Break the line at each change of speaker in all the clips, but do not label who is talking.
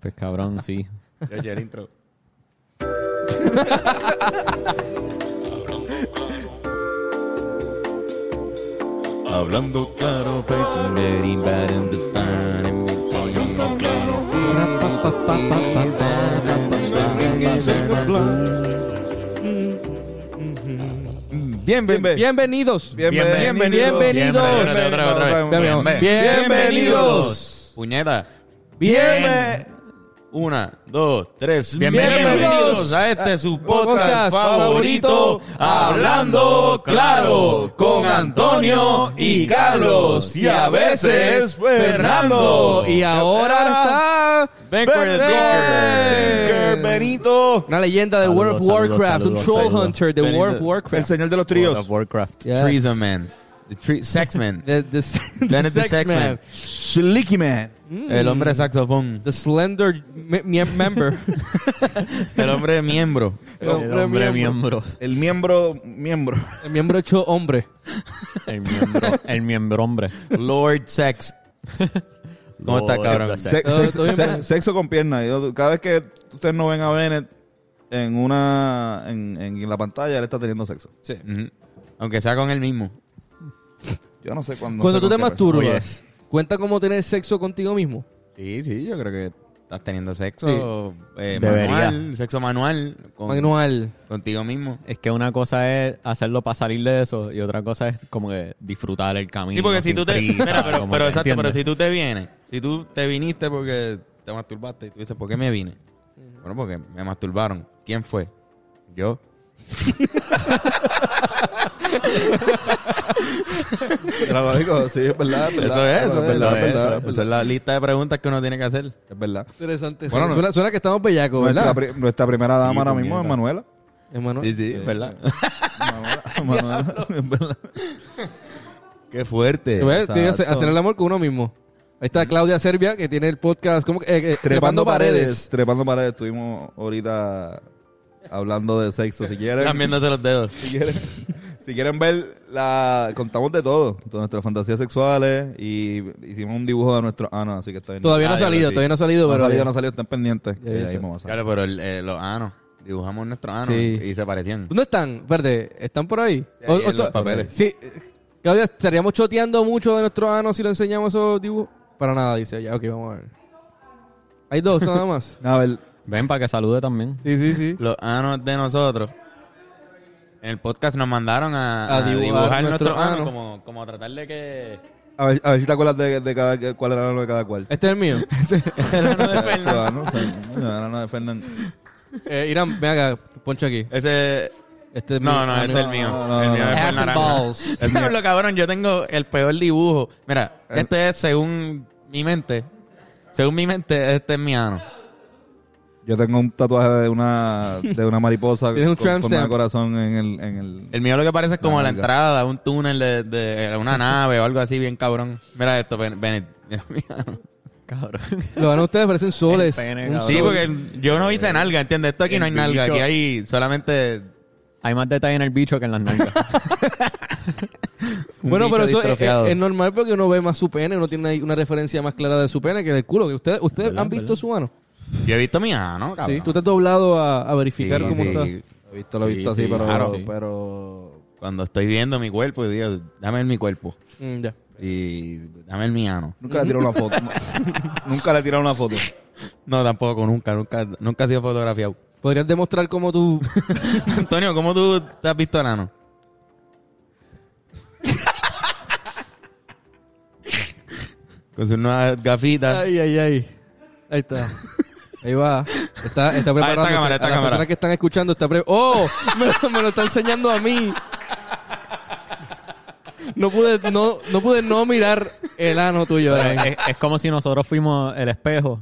Pues cabrón, sí.
Ya, ya el intro. Hablando claro,
Bienven-
Bienven-
bienvenidos.
Bienvenidos.
Bienven-
Bienvenidos.
Bienvenidos.
Bienven-
otra vez, otra vez.
Bienven-
Bienven-
Bienvenidos.
Puñeta.
Bien.
Una, dos, tres.
Bienvenidos.
Bienvenidos a este su podcast
Podcast
favorito,
favorito,
Hablando Claro, con Antonio y Carlos y a veces Fernando.
Y ahora está.
Benker the
Benker.
Tinker, Benito.
Una leyenda de World of
Saludos, saludos,
Warcraft,
saludos,
un troll
saludos.
hunter de
Benito.
World of
El
Warcraft.
señor de los
World
tríos.
of Warcraft.
Yes.
Treason Man. The tre- sex Man.
The, the, the
Planet the
sex
Sex
man.
Man.
Slicky Man.
El hombre saxofón.
The slender me- me- member.
El hombre miembro.
El hombre miembro.
El miembro, miembro.
El miembro hecho hombre.
El miembro. El miembro hombre.
Lord Sex. ¿Cómo está,
Lord
cabrón?
Sex.
Se-
Todo-
sexo,
todo bien,
se-
¿verdad?
sexo con piernas. Yo- cada vez que ustedes no ven a Bennett en una en, en- en la pantalla, él está teniendo sexo.
Sí.
Ujú. Aunque sea con él mismo.
Yo no sé cuándo.
Cuando
sé
tú
con
te Oh,
qué
masturbas, ¿cuenta cómo tener sexo contigo mismo?
Sí, sí, yo creo que estás teniendo sexo eh,
Debería.
manual, sexo manual, con-
Manual.
contigo mismo.
Es que una cosa es hacerlo para salir de eso y otra cosa es como que disfrutar el camino.
Sí, porque si
sin
tú te...
prisa,
Mira, pero,
como
pero
que,
exacto, pero
¿entiendes?
si tú te vienes, si tú te viniste porque te masturbaste y tú dices, ¿por qué me vine? Bueno, porque me masturbaron. ¿Quién fue? Yo.
perro. Era lo digo, sí, es verdad. es
Eso es,
verdad,
eso es,
verdad,
eso es,
verdad,
eso es. Esa es la lista de preguntas que uno tiene que hacer.
Es verdad.
Interesante.
Bueno, no-
suena, suena que estamos bellacos,
Nuestra,
¿verdad?
pri- nuestra primera dama
Sí,
ahora mismo
puñeta.
es Manuela.
Emanuel.
Sí, sí, ¿verdad?
Manuela, Manuela, es verdad.
Qué fuerte.
Tú ves, tienes que hacer-
exacto.
hacer el amor con uno mismo. Ahí está Claudia Serbia, que tiene el podcast como Trepando Paredes.
Trepando paredes. Estuvimos ahorita hablando de sexo. Si quieren,
Están viéndose los dedos.
si quieren, si quieren ver, la contamos de todo. De nuestras fantasías sexuales y hicimos un dibujo de nuestro Ana, así que está bien.
Todavía no ha
Ah, yo
salido,
sí.
todavía no ha salido,
no ha
pero.
salido, no ha salido, estén pendientes. que
Ya, ya
ahí
sé.
vamos a-
Claro, pero el, eh, los anos. Dibujamos nuestros anos
Sí.
y se parecían.
¿Dónde están? Verde, ¿están por ahí?
Sí, ahí en los papeles.
Sí. eh, Claudia, ¿estaríamos choteando mucho de nuestros anos si lo enseñamos esos dibujos? Para nada, dice ella. Ok, vamos a ver. Hay dos nada más.
A ver,
Ven para que salude también.
Sí, sí, sí.
Los anos de nosotros. En el podcast nos mandaron a,
A
a dibujar,
dibujar nuestro
nuestros anos,
ano.
como, como a tratar de que...
a ver, a ver si te acuerdas de, de cada, de cuál era el ano de cada cual.
Este es el mío.
El ano de Fernan.
Claro, ¿no? O sea, el ano de Fernan.
Eh, Irán, ven acá, poncho aquí.
Ese...
Este es
No,
mío.
no,
Ah,
este es el mío.
No, no,
el
no,
mío
no.
es
Ass
Fernan
and
Arana.
balls.
Diablo, cabrón, yo tengo el peor dibujo. Mira, este es según mi mente. Según mi mente, este es mi ano.
Yo tengo un tatuaje de una, de una mariposa
Tienes un
con
tramp
forma de
stamp.
corazón en el... En el
El mío lo que parece es como
Ah,
la
ya.
entrada a un túnel de, de una nave o algo así bien cabrón. Mira esto, Ben- Bennett. Mira mi ano. Cabrón.
Lo van a ustedes, parecen soles.
El pene,
Un
cabrón.
Sí,
sol.
porque yo no hice nalga, ¿entiendes? Esto aquí
el
no hay nalga,
bicho-
aquí hay solamente...
Hay más detalle en el bicho que en las nalgas.
un
Bueno,
bicho
pero eso es,
distrofiado.
es- es normal porque uno ve más su pene, uno tiene ahí una referencia más clara de su pene que del culo. Que ustedes, ustedes
¿Verdad?
han visto
¿Verdad?
su ano.
Yo he visto mi ano, cabrón.
Sí. Tú te has doblado a, a verificar
Ah, Sí,
cómo
sí.
está.
Lo he visto, lo he
Sí,
visto así,
sí,
pero...
claro, sí.
pero,
Cuando estoy viendo mi cuerpo, digo, dame el mi cuerpo.
Mm, ya.
Y dame el mi ano.
Nunca le tiraron una foto. nunca le tiraron una foto.
No, tampoco, nunca, nunca, nunca he sido fotografiado.
Podrías demostrar cómo tú.
Antonio, ¿cómo tú te has visto el ano? Con sus nuevas gafitas.
ay, ay, ay. Ahí está. Ahí va. Está, está preparándose.
cámara, esta
a las
cámara.
personas que están escuchando está pre- ¡Oh! Me lo, me lo está enseñando a mí. No pude no, no pude no mirar el ano tuyo.
Pero
Brian.
es, es como si nosotros fuimos el espejo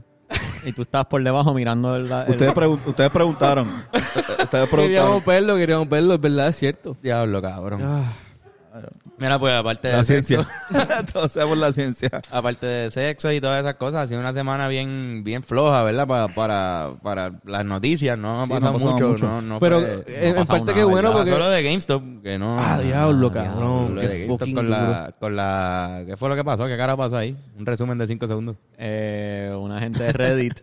y tú estabas por debajo mirando el... el-
Ustedes, pregun- ustedes preguntaron. Ustedes preguntaron.
Queríamos verlo, queríamos verlo, es verdad, es cierto. Ah.
Diablo, cabrón. Mira, pues aparte de
La
sexo-
ciencia. Todo sea por la ciencia.
aparte de sexo y todas esas cosas, ha sido una semana bien, bien floja, ¿verdad? Pa- Para, para, las noticias, no ha
Sí, no ha
pasado
pasado
mucho,
mucho.
No, no
pero
fue-
eh, en
pasado
parte
nada,
que bueno
Pasó
porque
lo Ah, de GameStop, que no.
Ah, diablo,
Ah,
cabrón.
Lo
qué
de GameStop
fucking
con
duro.
la, con la. ¿Qué fue lo que pasó? ¿Qué cara pasó ahí? Un resumen de 5 segundos.
eh, una gente de Reddit.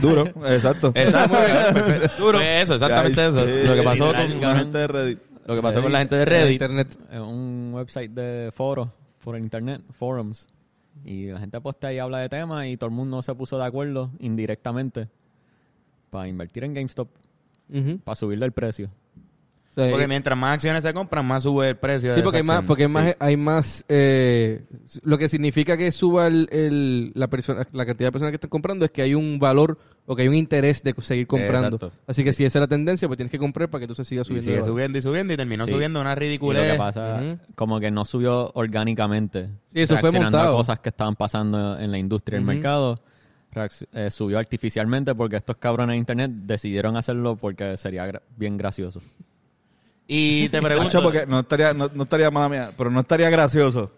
Duro, exacto.
Exacto. perfecto. Fue eso, exactamente
Ay,
eso.
sí,
Lo que pasó
literal,
con,
la gente de Reddit.
lo que pasó con la gente de Reddit.
Internet.
es eh, un website de foros por el internet, forums. Y la gente posta y habla de temas y todo el mundo se puso de acuerdo indirectamente para invertir en GameStop,
Ujú.
para subirle el precio.
O sea,
Porque mientras más acciones se compran, más sube el precio.
Sí,
de
porque hay
esa
más,
acción.
porque hay
Sí.
más, hay más eh, lo que significa que suba el, el- la persona, la cantidad de personas que están comprando es que hay un valor o que hay un interés de seguir comprando.
Exacto.
Así que si esa es la tendencia, pues tienes que comprar para que tú se sigas
Y
subiendo. de
sigue
valor.
subiendo y subiendo y terminó
Sí.
subiendo una
Y lo
ridiculez.
que pasa,
Ujú.
como que no subió orgánicamente.
Sí, eso fue
Reaccionando a
montado.
cosas que estaban pasando en la industria y
Ujú.
el mercado. Reacc- eh, subió artificialmente porque estos cabrones de internet decidieron hacerlo porque sería gra- bien gracioso.
Y te
Hacho,
pregunto,
porque no estaría, no, no estaría mala mía, pero no estaría gracioso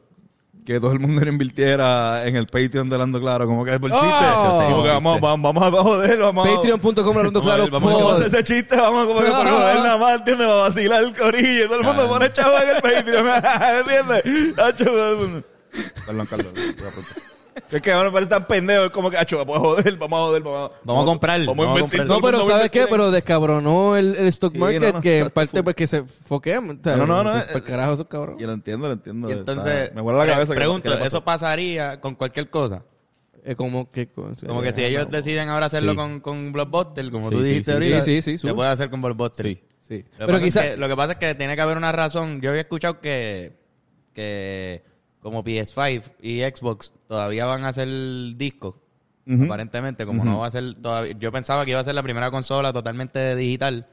que todo el mundo le invirtiera en el Patreon de Lando Claro, como que es por
Oh.
chiste. Como que vamos, vamos, vamos a joder, vamos a
Patreon.com hablando
Vamos a
claro.
ver, vamos a ver
pod.
Vamos a hacer ese chiste, vamos como que por joder nada más, ¿entiendes? Va a vacilar el corillo y todo el mundo pone chavo en el Patreon, ¿entiendes? Hacho, todo el mundo. Perdón, Carlos. voy a apuntar. Es que ahora me parece tan pendejo, es como que, hacho, vamos a joder, vamos a joder, vamos a...
Vamos a comprar,
Vamos a
vamos a
invertir.
comprar.
todo
No,
el
pero
mundo va a
¿sabes qué?
invertir en-
Pero descabronó el, el stock
Sí,
market
no, no,
que en
chacho,
parte
full.
pues que se foquean.
No, no, no,
Por
eh,
carajo esos cabrones.
Y lo entiendo, lo entiendo.
y entonces,
está- me vuela la
pre-
cabeza. que-
pregunto,
que le pasó.
¿eso pasaría con cualquier cosa?
Eh, como que, eh, como
Como que si ellos deciden ahora hacerlo
Sí.
con, con Blockbuster, como
Sí,
tú
sí,
dijiste
sí,
ahorita,
sí, sí, sí, sube.
se puede hacer con Blockbuster.
Sí.
Sí. Pero
Lo, que pasa
quizás...
es que, lo que pasa es que tiene que haber una razón. Yo había escuchado que, que como PS5 y Xbox todavía van a hacer discos.
Ujú.
Aparentemente, como no va a ser todavía... Yo pensaba que iba a ser la primera consola totalmente digital.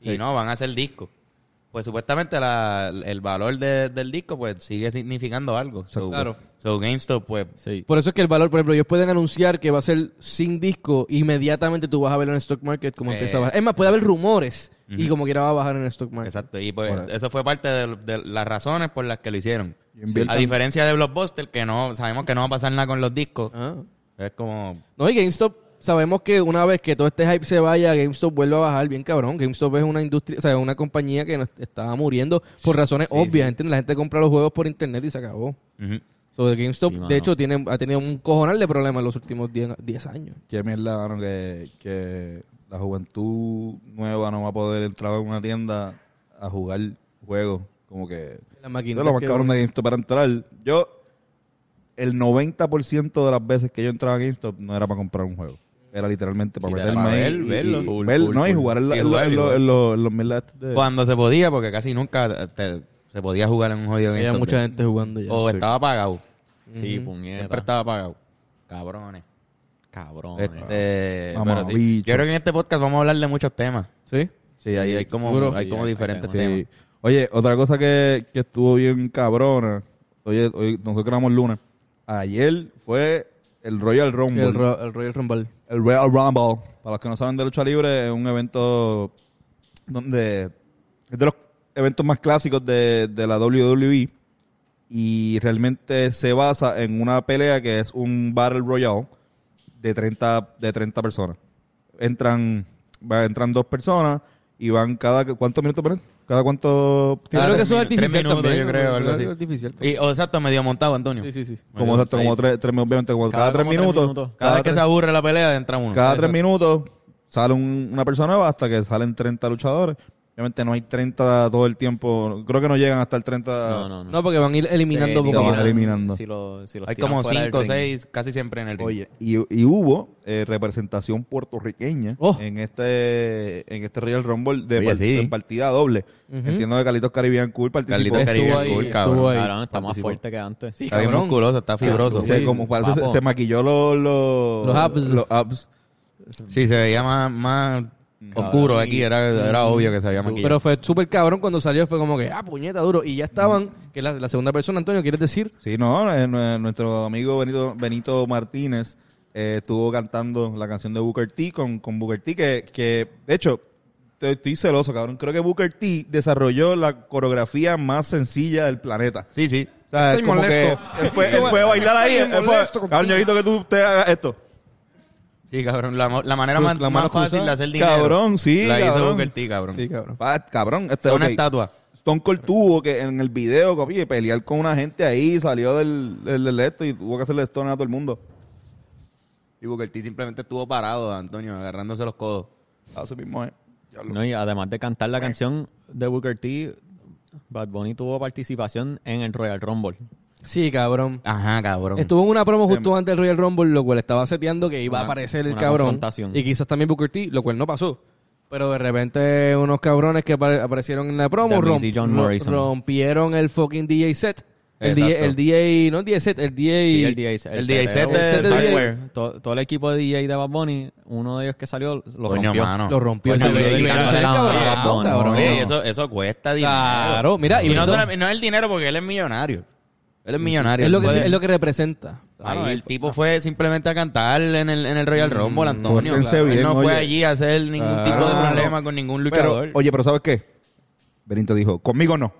Y no, van a hacer discos. Pues supuestamente la- el valor de- del disco pues sigue significando algo. So,
Claro.
so, GameStop pues...
Sí.
Por eso es que el valor, por ejemplo, ellos pueden anunciar que va a ser sin disco, inmediatamente tú vas a verlo en el stock market como
Eh.
empieza a bajar. Es más, puede haber rumores y como quiera va a bajar en el stock market.
Exacto, y pues
Bueno.
eso fue parte de, de las razones por las que lo hicieron.
Y inviertan-
A diferencia de Blockbuster, que no sabemos que no va a pasar nada con los discos.
Ah.
Es como...
No, y GameStop, sabemos que una vez que todo este hype se vaya, GameStop vuelve a bajar bien cabrón. GameStop es una industria, o sea, una compañía que nos estaba muriendo por razones obvias. ¿entiendes? La gente compra los juegos por internet y se acabó.
ujú.
Sobre GameStop,
Sí,
de
mano.
hecho, tiene, ha tenido un cojonal de problemas en los últimos 10 10 años.
Qué mierda, mano, que, que la juventud nueva no va a poder entrar a una tienda a jugar juegos. Como que.
La
Yo
máquina.
lo más
que-
cabrón de GameStop para entrar. Yo, el 90% de las veces que yo entraba a GameStop no era para comprar un juego. Era literalmente para
Literal,
meterme
para
ahí.
ver,
y-
verlo.
y-
Full,
ver-
full,
no, y
full.
jugar en la-
Y
en la-
jugar,
en
y
lo-
jugar.
en lo- en los mil estos de.
Cuando se podía, porque casi nunca te- se podía jugar en un jodido
Había
GameStop.
mucha gente jugando ya.
O estaba apagado.
Sí,
Siempre
puñeta.
estaba apagado. Cabrones.
Cabrones.
Este,
Mamá,
pero sí.
bicho.
Yo creo que en este podcast vamos a hablar de muchos temas.
¿Sí?
Sí, ahí hay como,
Seguro.
hay
Sí,
como
hay- hay
diferentes
Sí.
temas.
Oye, otra cosa que, que estuvo bien cabrona. Oye, hoy, nosotros grabamos el lunes. Ayer fue el Royal Rumble.
El, Ro- el Royal Rumble.
El Royal Rumble, para los que no saben de lucha libre, es un evento donde es de los eventos más clásicos de, de la WWE y realmente se basa en una pelea que es un Battle Royale de 30, de 30 personas. Entran, va- entran dos personas y van cada... ¿Cuántos minutos, perdón? ¿Cada cuánto tiempo?
Claro que eso es
Tres
artificial
minutos,
también.
yo creo, algo así.
artificial.
Y, o exacto, medio montado, Antonio.
Sí, sí, sí.
Como, exacto, como tres, tres- obviamente, como cada,
Cada
tres,
como tres
minutos,
minutos.
Cada, vez que
tres-
se aburre la pelea, entra uno.
Cada tres minutos sale un- una persona nueva hasta que salen 30 luchadores. Obviamente no hay 30 todo el tiempo. Creo que no llegan hasta el 30.
No, no, no.
No, porque van a ir eliminando
Sí,
poco
se van
a poco.
eliminar. eliminando.
Si lo- si los
Hay
tiran
como
fuera del
cinco o
ring.
seis casi siempre en el ring.
Oye, y, y hubo eh, representación puertorriqueña
Oh.
en este en este Royal Rumble de,
Oye,
par-
sí.
de partida doble.
Ujú.
Entiendo que Carlitos Caribbean Cool participó.
Carlitos
Estuvo
Caribbean
ahí,
Cool,
estuvo
cabrón.
ahí.
Cabrón, está más
Participó.
fuerte que antes.
Sí,
Está bien
cabrón.
musculoso, está fibroso.
Sí.
Se, como parece- se-
Papo.
se maquilló los, los,
Los abs.
abs.
Sí, se veía más, más oscuro aquí. Era, era obvio que se había maquillado.
Pero fue súper cabrón cuando salió. Fue como que, ah, puñeta, duro. Y ya estaban, que la, la segunda persona, Antonio, ¿quieres decir?
Sí, no, eh, nue- nuestro amigo Benito, Benito Martínez eh, estuvo cantando la canción de Booker T con, con Booker T, que, que de hecho, te- estoy celoso, cabrón. Creo que Booker T desarrolló la coreografía más sencilla del planeta.
sí, sí.
O sea,
Estoy
es como
molesto.
que él fue, él fue a bailar ahí.
Estoy
Él fue,
molesto contigo.
cabrón, yo necesito que tú te hagas esto.
Sí, cabrón. La, la manera
Cruz-
más,
la
más
mano
fácil
cruzada.
de hacer dinero.
Cabrón, sí,
La hizo
cabrón.
Booker T, cabrón.
Sí, cabrón.
Pa- cabrón, este,
Es una
ok.
estatua.
Stone Cold tuvo que en el video copi, pelear con una gente ahí, salió del, del, del esto y tuvo que hacerle stone a todo el mundo.
Y Booker T simplemente estuvo parado, Antonio, agarrándose los codos.
Así Ah, mismo es. Ya lo-
No, y además de cantar la canción de Booker T, Bad Bunny tuvo participación en el Royal Rumble.
Sí, cabrón.
Ajá, cabrón.
Estuvo en una promo justo
Em-
antes del Royal Rumble, lo cual estaba seteando que iba a
Una-
aparecer el
una
cabrón.
confrontación.
Y quizás también Booker T, lo cual no pasó. Pero de repente unos cabrones que apare- aparecieron en la promo
The Miz
romp-
y John
ro-
Morrison.
rompieron el fucking DJ set. El DJ,
Exacto.
el DJ, no el DJ set, el DJ...
Sí, el DJ,
el DJ set
el
de-
set de
de
hardware. Todo, todo el equipo de DJ de Bad Bunny, uno de ellos que salió, lo
Coño,
rompió.
mano.
Lo
Pues,
rompió.
Coño,
el
le-
DJ,
le-
pero ese
le- le-
es
le-
cabreón,
le-
cabrón.
le-
Ah, Oye, y eso, eso cuesta dinero.
Claro, mira, y
Y no,
no-
solamente- no es el dinero porque él es millonario. Él es millonario.
Es lo, que,
Él
es
puede-
lo que representa.
Ah,
Claro,
Ahí, Mm,
el tipo fue simplemente a cantar en el, en el Royal Rumble, Antonio.
pórtense
Él no
bien,
fue
oye.
allí a hacer ningún tipo de
Claro.
problema con ningún
Pero,
luchador.
oye, pero ¿sabes qué? Benito dijo, conmigo no.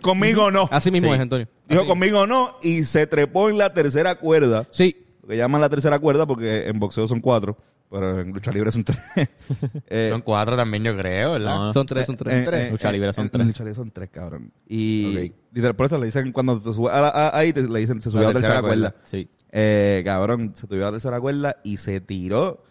Conmigo no.
Así mismo
Sí.
es, Antonio.
Dijo, conmigo no. Y se trepó en la tercera cuerda.
Sí,
Lo que llaman la tercera cuerda porque en boxeo son cuatro, pero en lucha libre son tres. Eh,
Son cuatro también, yo creo, ¿verdad?
No, no.
son tres, son tres.
en-
tres.
en-
Lucha libre son
en-
tres.
En lucha libre son tres, cabrón. Y literal, por eso le dicen, cuando te subes a la- a- ahí, te- le dicen, se subió a la tercera cuerda.
Sí.
Eh, cabrón, se subió a la tercera cuerda y se tiró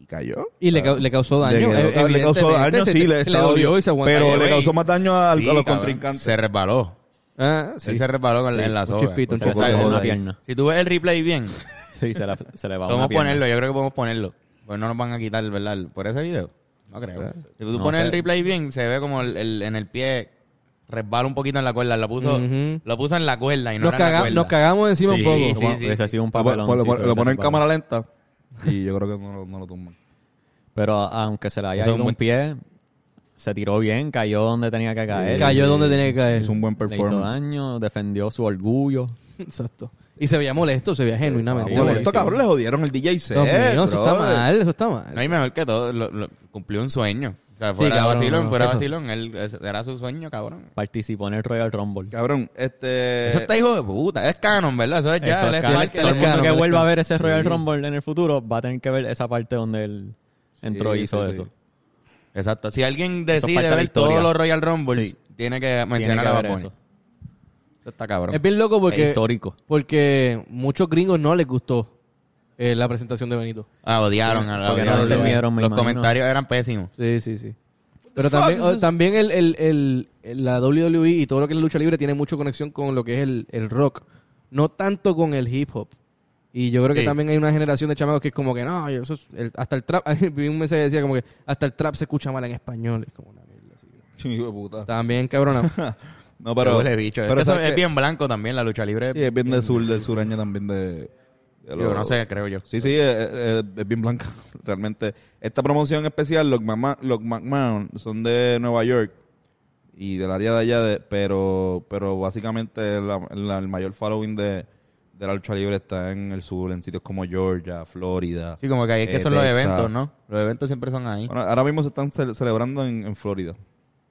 y cayó.
Y le, cau- le causó daño.
Le quedó-
eh,
le causó
evidentemente,
daño,
se-
sí,
se
le,
le
estaba-
dolió y se aguantó.
Pero
Oye,
le
güey,
causó más daño a, a
sí,
los
cabrón,
contrincantes.
Se resbaló.
Ah, sí.
Él se resbaló con-
Sí,
en la
un
soga.
chispito, un
Se le
poco de
salió
joda
una
ahí.
pierna.
Si tú ves el replay bien,
Sí, se, la- se le va una
podemos
pierna.
ponerlo. Yo creo que podemos ponerlo. Pues no nos van a quitar, ¿verdad? Por ese video. No creo. Si tú
No
pones
sé.
el replay bien, se ve como el, el- en el pie resbala un poquito en la cuerda. Lo puso,
Ujú.
lo puso en la cuerda y no
nos,
era en la
caga-
cuerda.
nos cagamos encima
Sí,
un poco.
sí,
Como-
sí.
Hubiese sido un
Lo,
papelón.
pon- lo,
sí, se
pon- lo
hubiese
ponen en
resbalado.
cámara lenta y yo creo que no, lo- no lo tumban.
Pero a- aunque se le haya
Eso es
ido
un
un
buen-
pie, se tiró bien, cayó donde tenía que caer.
Cayó donde tenía que caer.
eh, Es un buen
Le hizo
performance.
daño, defendió su orgullo.
Exacto. Y se veía molesto, se veía genuinamente.
Vamos,
molesto.
Estos cabrones le jodieron el DJ set.
Dios mío, eso está
brother.
mal, eso está
No,
mal.
y mejor que todo, lo- lo- cumplió un sueño. O sea,
Sí,
fuera
cabrón,
vacilón,
no,
fuera
eso.
vacilón. Él, ese era su sueño, cabrón.
Participó en el Royal Rumble.
Cabrón, este.
Eso está hijo de puta. Es canon, ¿verdad? Eso es ya.
Eso
él
es
es
canon.
parte
Todo el
Todo
del-
el
mundo
mundo que
canon,
vuelva a
canon.
ver ese Royal Rumble en el futuro va a tener que ver esa parte donde él entró y
Sí,
hizo
sí,
eso.
sí.
Exacto. Si alguien
es
decide
parte de la
ver
historia.
todos los Royal Rumbles,
Sí.
tiene que
Tiene
mencionar
que
a Eh,
ver
Bad Bunny.
eso.
Eso está cabrón.
Es bien loco
Es
porque,
histórico.
porque muchos gringos no les gustó eh, la presentación de Benito.
Ah, odiaron a la
Porque no
odiaron,
lo
los-
vieron, me
Los
imagino.
comentarios eran pésimos.
Sí, sí, sí. Pero
fuck
también,
is
o-
this?
también el, el- el- el- la WWE y todo lo que es la lucha libre tiene mucha conexión con lo que es el, el rock. No tanto con el hip hop. Y yo creo que
Sí.
también hay una generación de chamacos que es como que no, yo- eso es- el- hasta el trap. Vi un mensaje que decía como que hasta el trap se escucha mal en español. Es como una mierda así.
Sí, hijo de puta.
También cabrona.
No,
Pero,
pero.
huele bicho.
pero
Eso
¿sabes
es
qué?
bien blanco también, la lucha libre.
Sí, es bien del sur, del sureño también de. de
Yo
los-
no sé, creo yo.
Sí, sí, es, es- es bien blanca. Realmente. Esta promoción especial, los, Mama- los McMahon, son de Nueva York y del área de allá, de- pero pero básicamente la- la- el mayor following de, de la lucha libre está en el sur, en sitios como Georgia, Florida.
Sí, como que ahí es que
eh,
son los
Texas.
eventos, ¿no? Los eventos siempre son ahí.
Bueno, ahora mismo se están cele- celebrando en, en Florida.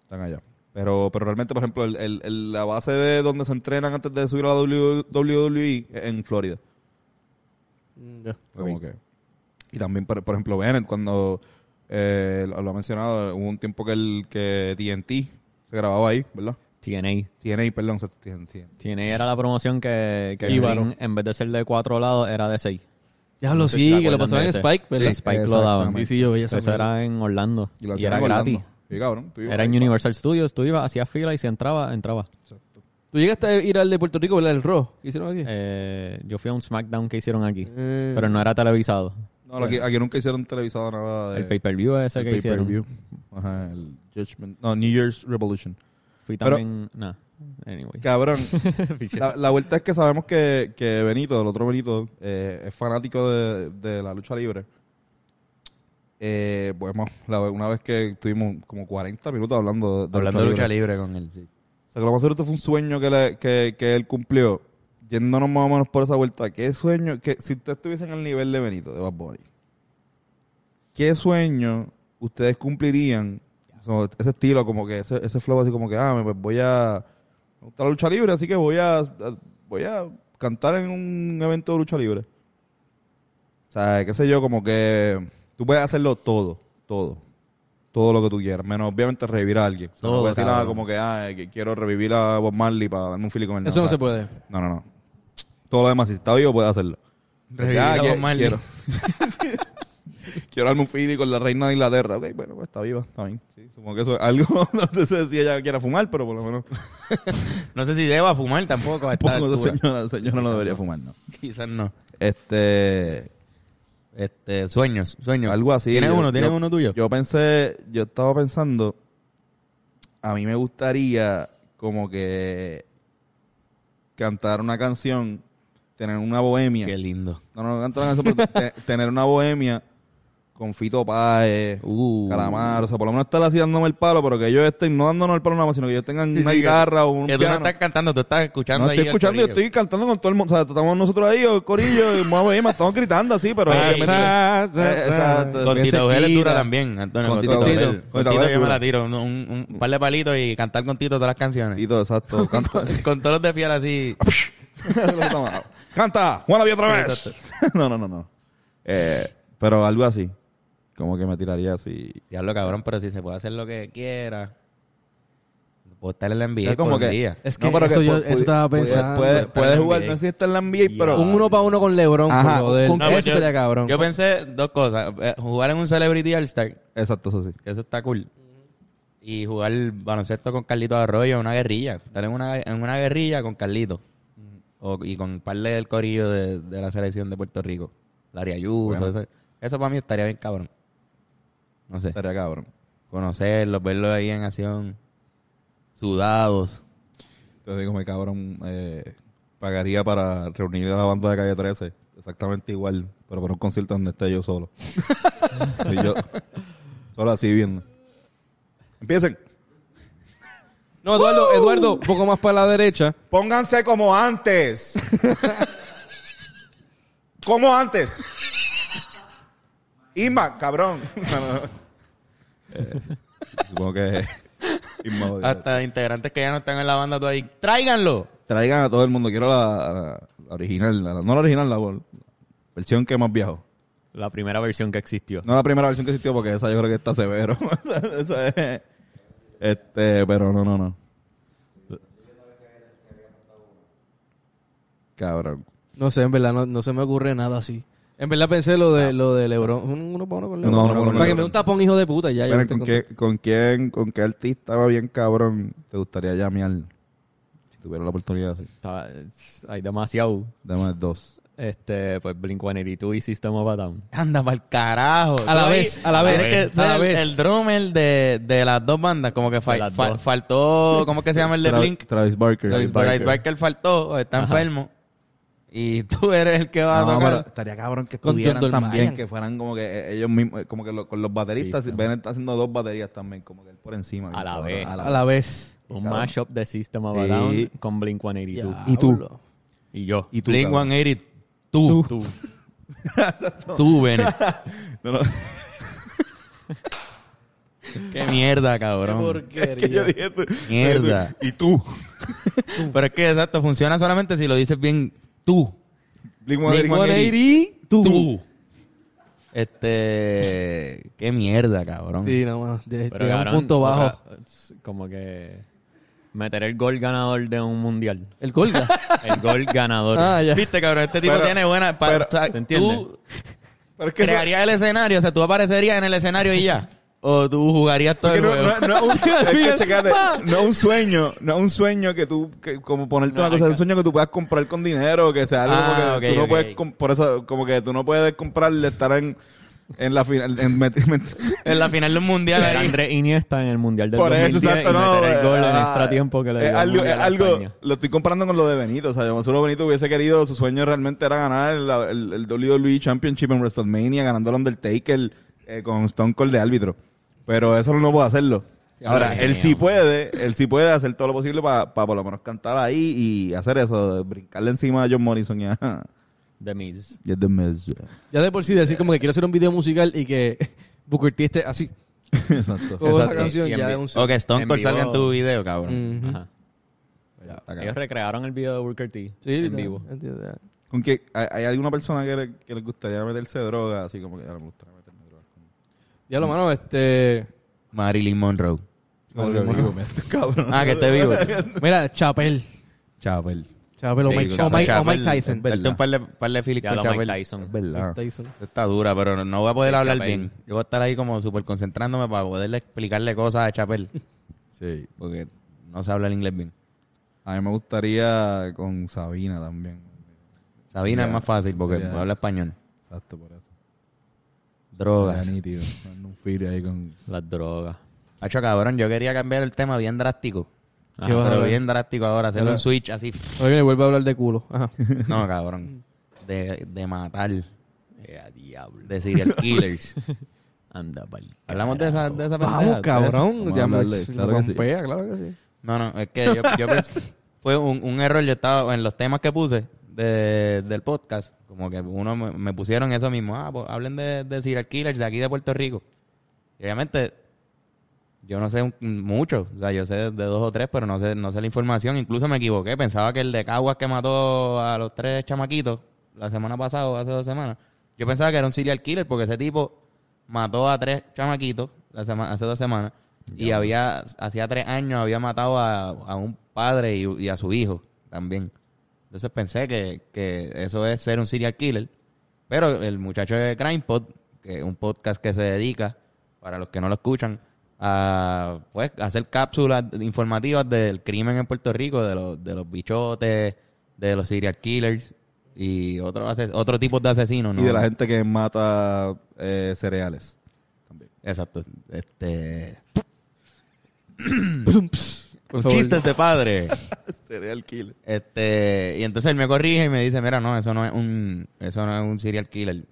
Están allá. Pero, pero realmente, por ejemplo, el- el- el- la base de donde se entrenan antes de subir a la W- WWE es en Florida.
Mm, ya.
Como que- Y también, por, por ejemplo, Bennett, cuando eh, lo, lo ha mencionado, hubo un tiempo que, el, que TNT se grababa ahí, ¿verdad?
TNA.
TNA, perdón, se- TNT.
TNA era la promoción que, que el
Íbaro.
ring, en vez de ser de cuatro lados, era de seis.
Ya Ah, lo
No sé
sí,
si se
que lo
acuerdan
pasaban
de
en
ese.
Spike, ¿verdad?
Sí, Spike lo daban.
Sí, sí, yo veía esa
Eso
mierda.
era en Orlando. Y,
lo
era
hacían hablando.
gratis.
Sí, cabrón. tú ibas
Era en
ahí,
Universal Studios. Tú ibas, hacías fila y si entraba, entraba.
Tú llegaste a ir al de Puerto Rico, ¿verdad? El Raw. ¿Qué hicieron aquí?
Eh, yo fui a un SmackDown que hicieron aquí.
Mm.
Eh.
Pero no era televisado.
No, aquí, aquí nunca hicieron televisado nada de...
El pay-per-view ese
el
que hicieron.
pay-per-view. Ajá, el Judgment... No, New Year's Revolution.
Fui
Pero-
también... nah. Anyway.
Cabrón. la, la vuelta es que sabemos que, que Benito, el otro Benito, eh, es fanático de, de la lucha libre. Eh, bueno, la- una vez que estuvimos como 40 minutos hablando de, de
Hablando de lucha libre con él. sí.
O sea, que lo más seguro esto fue un sueño que, le- que, que él cumplió. Yéndonos más o menos por esa vuelta. ¿Qué sueño? Que, si ustedes estuviesen al nivel de Benito, de Bad Bunny, ¿qué sueño ustedes cumplirían? O sea, ese estilo, como que ese, ese flow así como que, ah, me- pues voy a... Me gusta la lucha libre, así que voy a, a- voy a cantar en un evento de lucha libre. O sea, qué sé yo, como que tú puedes hacerlo todo, todo. Todo lo que tú quieras, menos obviamente revivir a alguien. O sea, no
Todo,
puedes decir nada
cabrón.
como que, ah, eh, que quiero revivir a Bob Marley para darme un fili con él.
Eso no
o sea,
se puede.
No, no, no. Todo lo demás, si está vivo, puedes hacerlo. Pues
Revivir
Ya,
a
que-
Bob Marley.
quiero. Quiero darme un feeling con la reina de Inglaterra. Ok, bueno, pues está viva, está bien. Sí, supongo que eso es algo. No sé si ella quiera fumar, pero por lo menos.
No sé si deba fumar tampoco a esta
Supongo que
altura.
señora, señora no debería fumar, ¿no?
Quizás no.
Este.
Este, sueños, sueños.
Algo así.
¿Tienes
Yo-
uno? ¿Tienes
yo-
uno tuyo?
Yo pensé, yo estaba pensando, a mí me gustaría como que cantar una canción, tener una bohemia.
Qué lindo.
No, no, no canto la canción, pero te- tener una bohemia con Fito Páez,
Uh.
Calamar, o sea, por lo menos estar así dándome el palo, pero que ellos estén no dándonos el palo nada más, sino que ellos tengan
Sí,
una
sí, que-
guitarra o un
Que tú no
piano.
estás cantando, tú estás escuchando
No,
ahí
estoy
al
escuchando y
corillo.
estoy cantando con todo el mundo. O sea, estamos nosotros ahí, el corillo, y más bohemia, estamos gritando así, pero...
Ay,
obviamente- Eh, exacto.
Con
Ese
Tito Gel es
Kira.
dura también, Antonio.
Con
Con
Tito
Tito
Gel.
Gel.
Con
Con
Tito
Tito
Gel
yo me
dura.
la tiro. un- Un un par de palitos y cantar con Tito todas las canciones.
Fito, exacto, canta.
Con todos los de fiel así.
Canta, Juana vi otra
Sí,
vez. no, no, no, no. Eh, pero algo así. Como que me tiraría así.
Diablo, cabrón, pero si se puede hacer lo que quiera. Puedo estar en la
O
NBA
sea,
como
como
por
que,
un día.
Es que
pero
eso yo-
pu-
eso
pu-
estaba
pu-
pensando.
Puedes,
Está en
puedes
la
jugar,
NBA.
no sé si está en la NBA, pero.
Un uno para uno con LeBron,
Ajá,
brother.
con-
No,
eso
pues yo-
estaría cabrón.
Yo pensé dos cosas. Eh, Jugar en un Celebrity All-Star,
Exacto, eso sí.
que eso está cool. Y jugar baloncesto con Carlito Arroyo, una guerrilla. Estar en una, en una guerrilla con Carlito. O- y con un par del corillo de, de la selección de Puerto Rico. Larry Ayuso.
Bueno.
Eso, eso para mí estaría bien cabrón. No sé.
Estaría cabrón.
Conocerlos, verlos ahí en acción. Sudados.
Entonces digo, me cabrón. eh, pagaría para reunir a la banda de calle 13. Exactamente igual, pero para un concierto donde esté yo solo. Soy yo. Solo así viendo. Empiecen.
No, Eduardo, Eduardo, un poco más para la derecha.
Pónganse como antes. como antes. Isma, cabrón.
Supongo que. Inma odia.
Hasta integrantes que ya no están en la banda todavía. ¡Tráiganlo!
traigan a todo el mundo. Quiero la, la- la original, la- no la original, la, vol- versión que más viajo.
La primera versión que existió.
No la primera versión que existió porque esa yo creo que está severo. Esa es- este, pero no, no, no. Cabrón.
No sé, en verdad, no, no se me ocurre nada así. En verdad pensé lo de, lo de Lebron. Un uno para uno con
No,
Lebron.
uno para uno con
para que me dé
LeBron.
un tapón, hijo de puta. Ya, ya
Esperen,
estoy
¿con, qué, ¿Con quién, con qué artista va bien cabrón te gustaría llamear? Si tuviera la oportunidad, sí.
Está- es- hay demasiado.
Dame dos.
Este, pues Blink-182 y System of a Down.
Anda pa'l carajo.
A la
Tú ahí-
vez, a la vez,
Tienes que
a
ser
la
el-
vez.
El drummer de, de las dos bandas, como que fa-
De las
fa-
dos.
faltó, ¿cómo es que se llama el de
Tra-
Blink?
Travis Barker.
Travis Barker. faltó, o está enfermo. Y tú eres el que va a
No,
tocar.
pero estaría cabrón que
Con
estuvieran
John
también,
Dolmayan.
que fueran como que eh, ellos mismos, eh, como que lo- con los bateristas, ven está haciendo dos baterías también, como que él por encima.
A la
cabrón,
vez.
con- A la vez.
Un
Cabrón.
mashup de System of a
Sí.
Down con Blink-182.
Ya,
¿Y tú?
hablo.
Y yo.
Y tú,
Blink
cabrón.
180, tú. Tú, tú Bennett.
No, no,
Qué mierda,
Qué
cabrón.
que yo
porquería.
dije tú.
Mierda.
Y tú.
Pero es que exacto, funciona solamente si lo dices bien tú.
Blink
Blink
182.
180, tú.
Este. Qué mierda, cabrón.
Sí, no, mano. de-
Pero
llega a un
cabrón,
punto bajo.
otra- es como que meter el gol ganador de un mundial.
El Golga.
El gol ganador.
ah, ya.
Viste, cabrón, este tipo
Pero-
tiene buena. pa-
pero-
o sea,
¿te entiendes?
Tú
Pero es que eso-
crearías el escenario, o sea, tú aparecerías en el escenario y ya. O tú jugarías todo
que
el
no, no,
juego.
no es un, es que,
final,
checate,
pa.
no es un sueño, no es un sueño que tú, que como ponerte una cosa, es un sueño que tú puedas comprar con dinero, que sea algo
Ah,
como que
ok,
tú no
ok.
puedes, com- por eso, como que tú no puedes comprarle estar en, en la final, en, met- met-
En la final del mundial.
Era
ahí.
André Iniesta en el mundial del
Por eso,
2010
exacto,
y
no.
meter el
eh,
gol en
ah,
extra tiempo que le dio
es
el
algo,
mundial
es
a
algo,
España.
lo estoy comparando con lo de Benito. O sea, Gonzalo Benito hubiese querido, su sueño realmente era ganar la- el, el WWE Championship en WrestleMania, ganando el Undertaker eh, con Stone Cold de árbitro. Pero eso no puedo hacerlo. Ahora,
hombre,
él
genio,
sí
hombre.
puede, él sí puede hacer todo lo posible para por lo menos cantar ahí y hacer eso, de brincarle encima a John Morrison y a
The Miz.
y a The Miz.
Ya de por sí decir como que quiero hacer un video musical y que Booker T esté así.
Exacto.
Toda la
Exacto.
canción
Y en
ya
vi-
es un
O que Stone
En
Cold
vivo. Mm.
salga en tu video, cabrón.
Ujú.
Ajá. Ellos recrearon el video de Booker T
Sí,
en
ya,
vivo.
entiendo, ya.
¿Con que hay, hay alguna persona que le, que le gustaría meterse droga? Así como que "Ah, me gustaría meterme droga.
Ya lo mano, este.
Marilyn Monroe.
Como que vivo, mira, este cabrón.
Ah, que esté vivo.
Mira, Chapel.
Chapel.
Chapel o
Sí,
Mike,
con
o Mike- o
Chapel,
Mike
es
Tyson.
verdad.
Darte un par de, par de feelings
Ya
con
lo Mike
Chapel.
Tyson.
Ah.
verdad.
Tyson.
Está dura, pero no, no voy a poder
El
hablar
Chapel.
bien. Yo voy a estar ahí como súper concentrándome para poderle explicarle cosas a Chapel.
Sí.
Porque no se habla el inglés bien.
A mí me gustaría con Sabina también.
Sabina
Ya.
es más fácil porque
Ya.
habla español.
Exacto, por eso. Era
Drogas.
nítido. Dando Un feed ahí con...
Las drogas.
Hacho, cabrón, yo quería cambiar el tema bien drástico.
¿Qué vas a
pero
hablar?
bien drástico ahora. Hacer un
Ahora-
switch así.
Oye, le vuelve a hablar de culo. Ajá.
No, cabrón. De, de matar.
Eh, a diablo.
De serial killers.
Anda, pal.
Hablamos de esa, de esa
Vamos,
pendeja.
cabrón.
vamos a
Ya me
hablarle, claro que sí.
rompea, claro que sí.
No, no, es que yo, yo pensé- fue un, un error. Yo estaba en los temas que puse de- del podcast. Como que uno me, me pusieron eso mismo. Ah, pues, hablen de, de serial killers de aquí de Puerto Rico. Y obviamente, yo no sé un- mucho. O sea, yo sé de dos o tres, pero no sé, no sé la información. Incluso me equivoqué. Pensaba que el de Caguas que mató a los tres chamaquitos la semana pasada o hace dos semanas. Yo pensaba que era un serial killer porque ese tipo mató a tres chamaquitos la sema- hace dos semanas. Y había, hacía tres años había matado a, a un padre y, y a su hijo también. Entonces pensé que, que eso es ser un serial killer. Pero el muchacho de CrimePod, que es un podcast que se dedica, para los que no lo escuchan, a pues, hacer cápsulas informativas del crimen en Puerto Rico, de los, de los bichotes, de los serial killers y otro, ase- otro tipo de asesinos.
Y
¿no?
de la gente que mata eh, cereales. También.
Exacto. Este...
Por favor.
Mm. Chistes de padre.
Cereal killer.
Este, y entonces él me corrige y me dice, mira, no, eso no es un, eso no es un serial killer. El-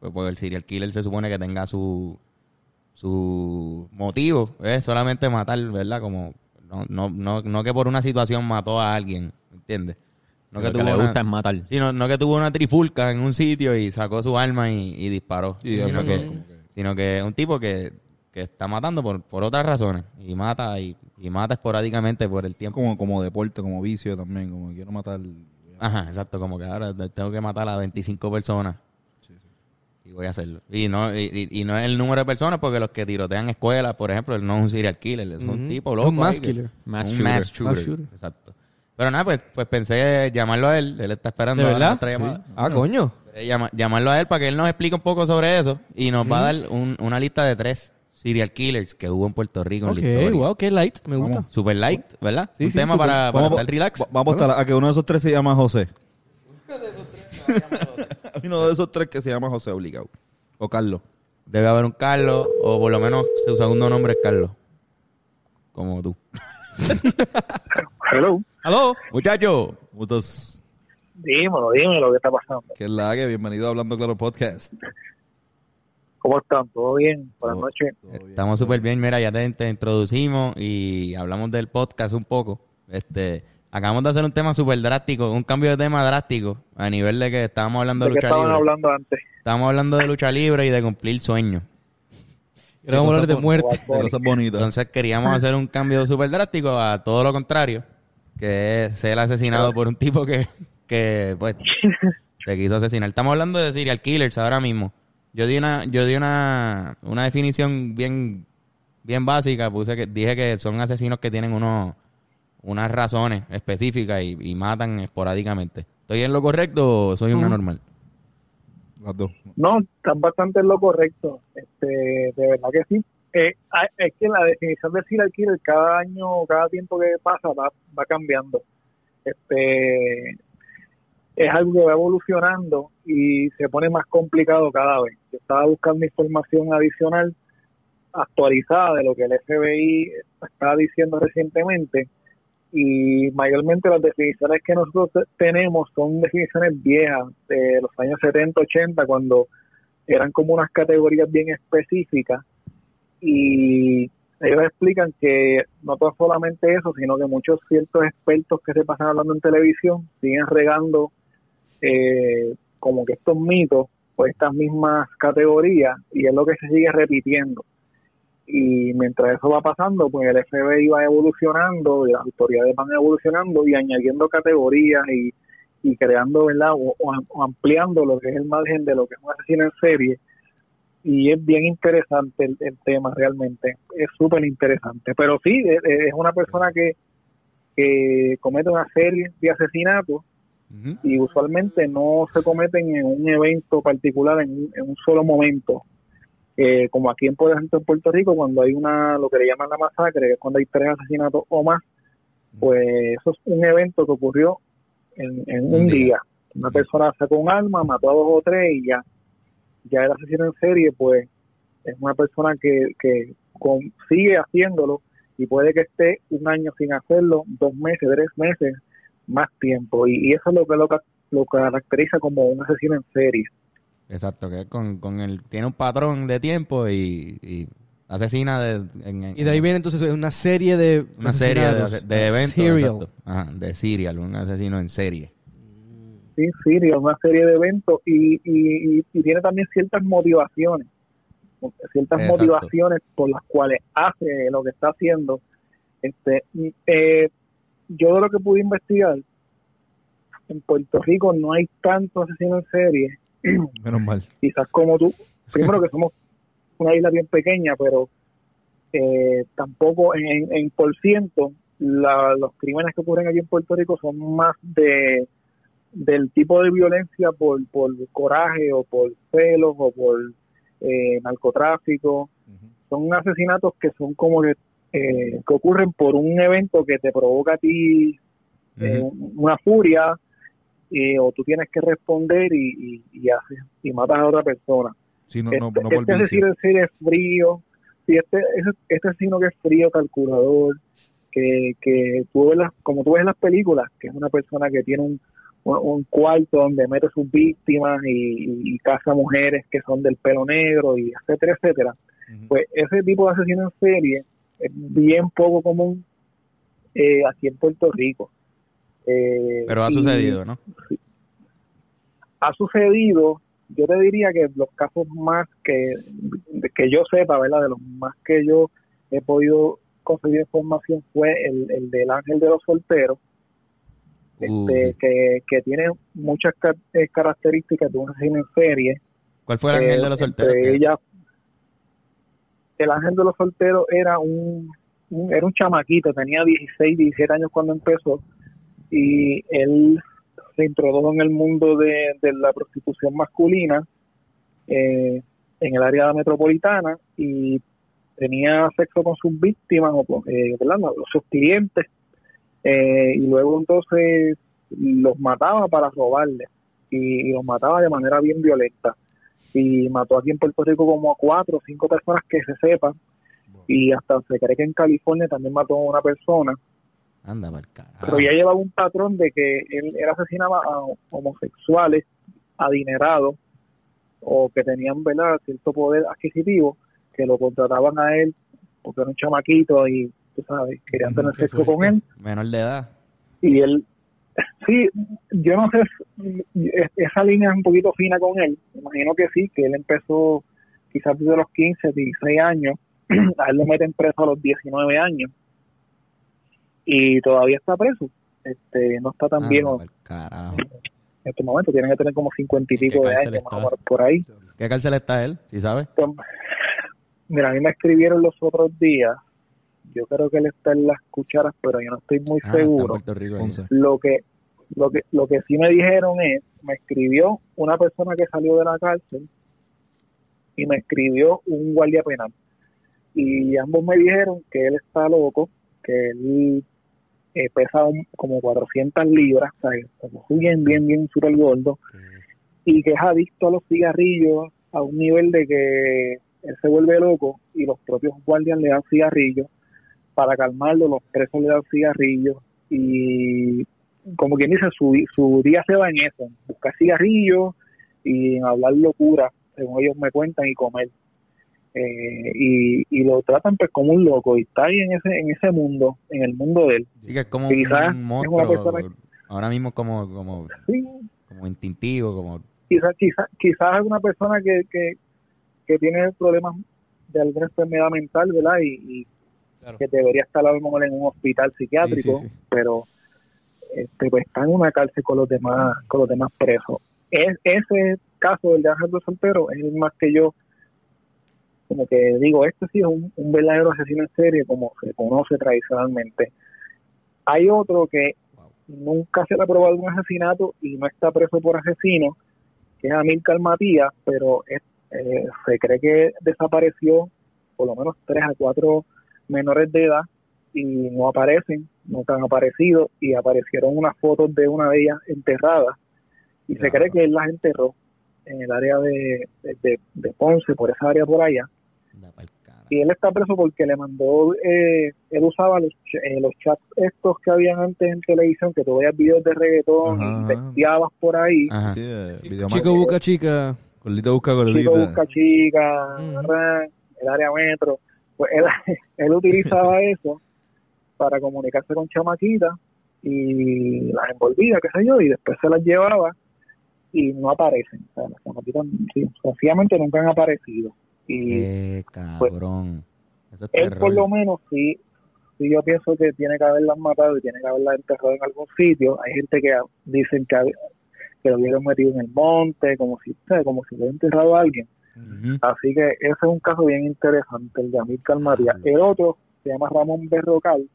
pues, Porque el serial killer se supone que tenga su, su motivo, es solamente matar, ¿verdad? Como, no, no, no, no que por una situación mató a alguien, ¿entiendes? No
Lo que, le
una-
gusta es matar.
Sí, no, no que tuvo una trifulca en un sitio y sacó su arma y, y disparó.
Y de
sino,
repente
que,
como que-
sino que es un tipo que, que está matando por, por otras razones y mata y, y mata esporádicamente por el tiempo.
Como, como deporte, como vicio también. Como quiero matar...
Ajá, exacto, como que ahora te- tengo que matar a 25 personas. Y voy a hacerlo. Y no, y, y- y no es el número de personas porque los que tirotean escuelas, por ejemplo, él no es un serial killer, es un
Ujú.
tipo
Es
loco.
un
ahí
mass
que-
killer.
Mass
un
shooter.
mass shooter.
Mass shooter.
Exacto. Pero nada, pues, pues pensé llamarlo a él. Él está esperando
¿De
ahora
verdad?
nuestra llamada.
Ah, coño.
Eh, llama- llamarlo a él para que él nos explique un poco sobre eso y nos va a dar un- una lista de tres serial killers que hubo en Puerto Rico en
Ok,
la historia.
wow, qué light. Me gusta.
Vamos.
Super light, ¿verdad?
Sí,
un
sí,
tema
super-
para, Ah, para estar
a-
relax.
va- vamos a estar a que uno de esos tres se llama José. uno de esos tres que se llama José obligado. O Carlos.
Debe haber un Carlos, o por lo menos su segundo nombre es Carlos. Como tú.
Hello.
¡Aló! Muchacho,
Putos.
Dímelo, dímelo, ¿qué está pasando?
Que es la que bienvenido a Hablando Claro Podcast.
¿Cómo están? ¿Todo bien? Buenas
Todo-
noches.
todo bien.
estamos súper bien. Mira, ya te, te introducimos y hablamos del podcast un poco. Este, acabamos de hacer un tema súper drástico, un cambio de tema drástico a nivel de que estábamos hablando de,
¿De qué
lucha
estaban
libre.
hablando antes?
Estábamos hablando de lucha libre y de cumplir sueños.
Queremos hablar de muerte.
Bad
De
Bunny.
cosas bonitas.
Entonces queríamos hacer un cambio súper drástico a todo lo contrario, que es ser asesinado por un tipo que, que pues, te quiso asesinar. Estamos hablando de serial killers ahora mismo. Yo di una, yo di una, una definición bien, bien básica, puse que, dije que son asesinos que tienen unos, unas razones específicas y, y matan esporádicamente. ¿Estoy en lo correcto o soy una normal?
Las dos.
No, están bastante en lo correcto. Este, de verdad que sí. Eh, ah, es que la definición de serial killer cada año, cada tiempo que pasa, va, va cambiando. Este, es algo que va evolucionando y se pone más complicado cada vez. Yo estaba buscando información adicional actualizada de lo que el FBI está diciendo recientemente y mayormente las definiciones que nosotros te- tenemos son definiciones viejas de los años 70, 80 cuando eran como unas categorías bien específicas y ellos explican que no tan solamente eso, sino que muchos ciertos expertos que se pasan hablando en televisión siguen regando eh, como que estos mitos o estas mismas categorías y es lo que se sigue repitiendo. Y mientras eso va pasando, pues el FBI va evolucionando, y las autoridades van evolucionando y añadiendo categorías y, y creando, ¿verdad? O, o am- o ampliando lo que es el margen de lo que es un asesino en serie. Y es bien interesante el, e, el tema realmente, es súper interesante. Pero sí, es, es una persona que, que comete una serie de asesinatos
Ujú.
y usualmente no se cometen en un evento particular, en, un- en un solo momento. Eh, como aquí en por ejemplo en Puerto Rico, cuando hay una, lo que le llaman la masacre, que es cuando hay tres asesinatos o más, pues eso es un evento que ocurrió en, en un día. Una persona sacó un arma, mató a dos o tres y ya. Ya el asesino en serie, pues es una persona que, que con- sigue haciéndolo y puede que esté un año sin hacerlo, dos meses, tres meses, más tiempo. Y, y eso es lo que lo, ca- lo caracteriza como un asesino en serie.
Exacto, que es con, con el, tiene un patrón de tiempo y, y asesina de, en- en-
Y de ahí viene entonces una serie de.
una serie de,
asesinatos.
de eventos.
Serial.
exacto. Ajá, de serial, un asesino en serie.
Sí, sí, es una serie de eventos y, y, y- y tiene también ciertas motivaciones, ciertas
Exacto.
motivaciones por las cuales hace lo que está haciendo. Este, y, eh, yo de lo que pude investigar, en Puerto Rico no hay tanto asesino en serie
Menos mal.
quizás como tú, primero que somos una isla bien pequeña, pero eh, tampoco en, en por ciento la- los crímenes que ocurren aquí en Puerto Rico son más de del tipo de violencia por, por coraje o por celos o por eh, narcotráfico. Son asesinatos que son como que, eh, que ocurren por un evento que te provoca a ti eh, una furia eh, o tú tienes que responder y, y, y haces y matas a otra persona.
Sí, no,
este
no, no
este
por vicio.
asesino en serie es frío, sí, este, ese- este asesino que es frío, calculador, que, que tú ves las, como tú ves en las películas, que es una persona que tiene un, un- un cuarto donde mete sus víctimas y, y caza mujeres que son del pelo negro y etcétera, etcétera.
Ujú.
Pues ese tipo de asesino en serie es bien poco común eh, aquí en Puerto Rico. Eh,
Pero ha
y-
sucedido, ¿no?
ha sucedido, yo te diría que los casos más que, que yo sepa, ¿verdad? De los más que yo he podido conseguir información fue el, el del ángel de los solteros,
Uh,
este,
sí.
que, que tiene muchas ca- eh, características de un asesino en serie,
¿Cuál fue el
eh,
ángel de los
entre
solteros? Que-
ellas, el ángel de los solteros era un, un- era un chamaquito, tenía 16, 17 años cuando empezó y él se introdujo en el mundo de, de la prostitución masculina eh, en el área metropolitana y tenía sexo con sus víctimas o con eh, ¿verdad? No, sus clientes eh, y luego entonces los mataba para robarles y, y los mataba de manera bien violenta y mató aquí en Puerto Rico como a cuatro o cinco personas que se sepan y hasta se cree que en California también mató a una persona
Anda, mal carajo.
pero ya llevaba un patrón de que él, él asesinaba a homosexuales adinerados o que tenían ¿verdad? cierto poder adquisitivo que lo contrataban a él porque era un chamaquito y tú sabes querían tener
qué
sexo con
fuerte.
él
Menor de edad.
y él sí yo no sé es- esa línea es un poquito fina con él me imagino que sí que él empezó quizás desde los 15 16 años a él lo meten preso a los 19 años y todavía está preso este no está tan
Anda,
viejo
pa'l carajo.
en este momento tiene que tener como 50 y
¿En qué
pico de
cárcel
años más
está?
o menos por ahí
¿Qué cárcel está él? ¿Sí sabes?
Pues, mira a mí me escribieron los otros días yo creo que él está en las cucharas pero yo no estoy muy
Ah, está en
seguro
Puerto Rico. ahí.
Ponce.
lo que lo que lo que sí me dijeron es me escribió una persona que salió de la cárcel y me escribió un guardia penal y ambos me dijeron que él está loco que él eh, pesa un- como 400 libras o sea, como soy bien bien bien súper gordo y que es adicto a los cigarrillos a un nivel de que él se vuelve loco y los propios guardias le dan cigarrillos para calmarlo los presos le dan cigarrillos y como quien dice, su, su día se va en eso, en buscar cigarrillos y en hablar locura, según ellos me cuentan, y comer. Eh, y, y lo tratan pues como un loco y está ahí en ese, en ese mundo, en el mundo de él.
Sí, que es como
Quizás es
un
una
monstruo.
persona-
Ahora mismo como, como,
Sí,
como instintivo, como...
quizás quizás quizás es una persona que, que, que tiene problemas de alguna enfermedad mental, ¿verdad? Y, y
Claro.
que debería estar a lo mejor en un hospital psiquiátrico,
Sí, sí, sí.
pero este, pues, está en una cárcel con los demás con los demás presos. Es, ese caso del de Ángel de Soltero es el más que yo como que digo, este sí es un, un verdadero asesino en serie como se conoce tradicionalmente. Hay otro que nunca se le ha probado un asesinato y no está preso por asesino, que es Amílcar Matías, pero es- eh, se cree que desapareció por lo menos tres a cuatro menores de edad y no aparecen, nunca han aparecido y aparecieron unas fotos de una de ellas enterradas y se cree que él las enterró en el área de, de, de- de Ponce, por esa área por allá.
Anda pa'l cara.
Y él está preso porque le mandó, eh, él usaba los, ch- eh, los chats estos que habían antes en televisión, que tú veías videos de reggaetón
Ajá,
y
ajá.
texteabas por ahí.
Ajá.
Sí, eh, video
Chico
más.
busca chica.
Gordito busca gordita.
Chico busca chica,
Ujú.
ran, el área metro. Pues él, él utilizaba eso para comunicarse con chamaquitas y las envolvía, qué sé yo, y después se las llevaba y no aparecen. O sea, las chamaquitas sí, sencillamente nunca han aparecido. Y
Qué cabrón. Eso es
Pues, él por
terror.
lo menos sí, sí yo pienso que tiene que haberlas matado y tiene que haberlas enterrado en algún sitio. Hay gente que dicen que, hab- que lo hubieran metido en el monte, como si, ¿sabe? como si hubiera enterrado a alguien. Así que ese es un caso bien interesante, el de Amílcar María. El otro se llama Ramón Berrocal,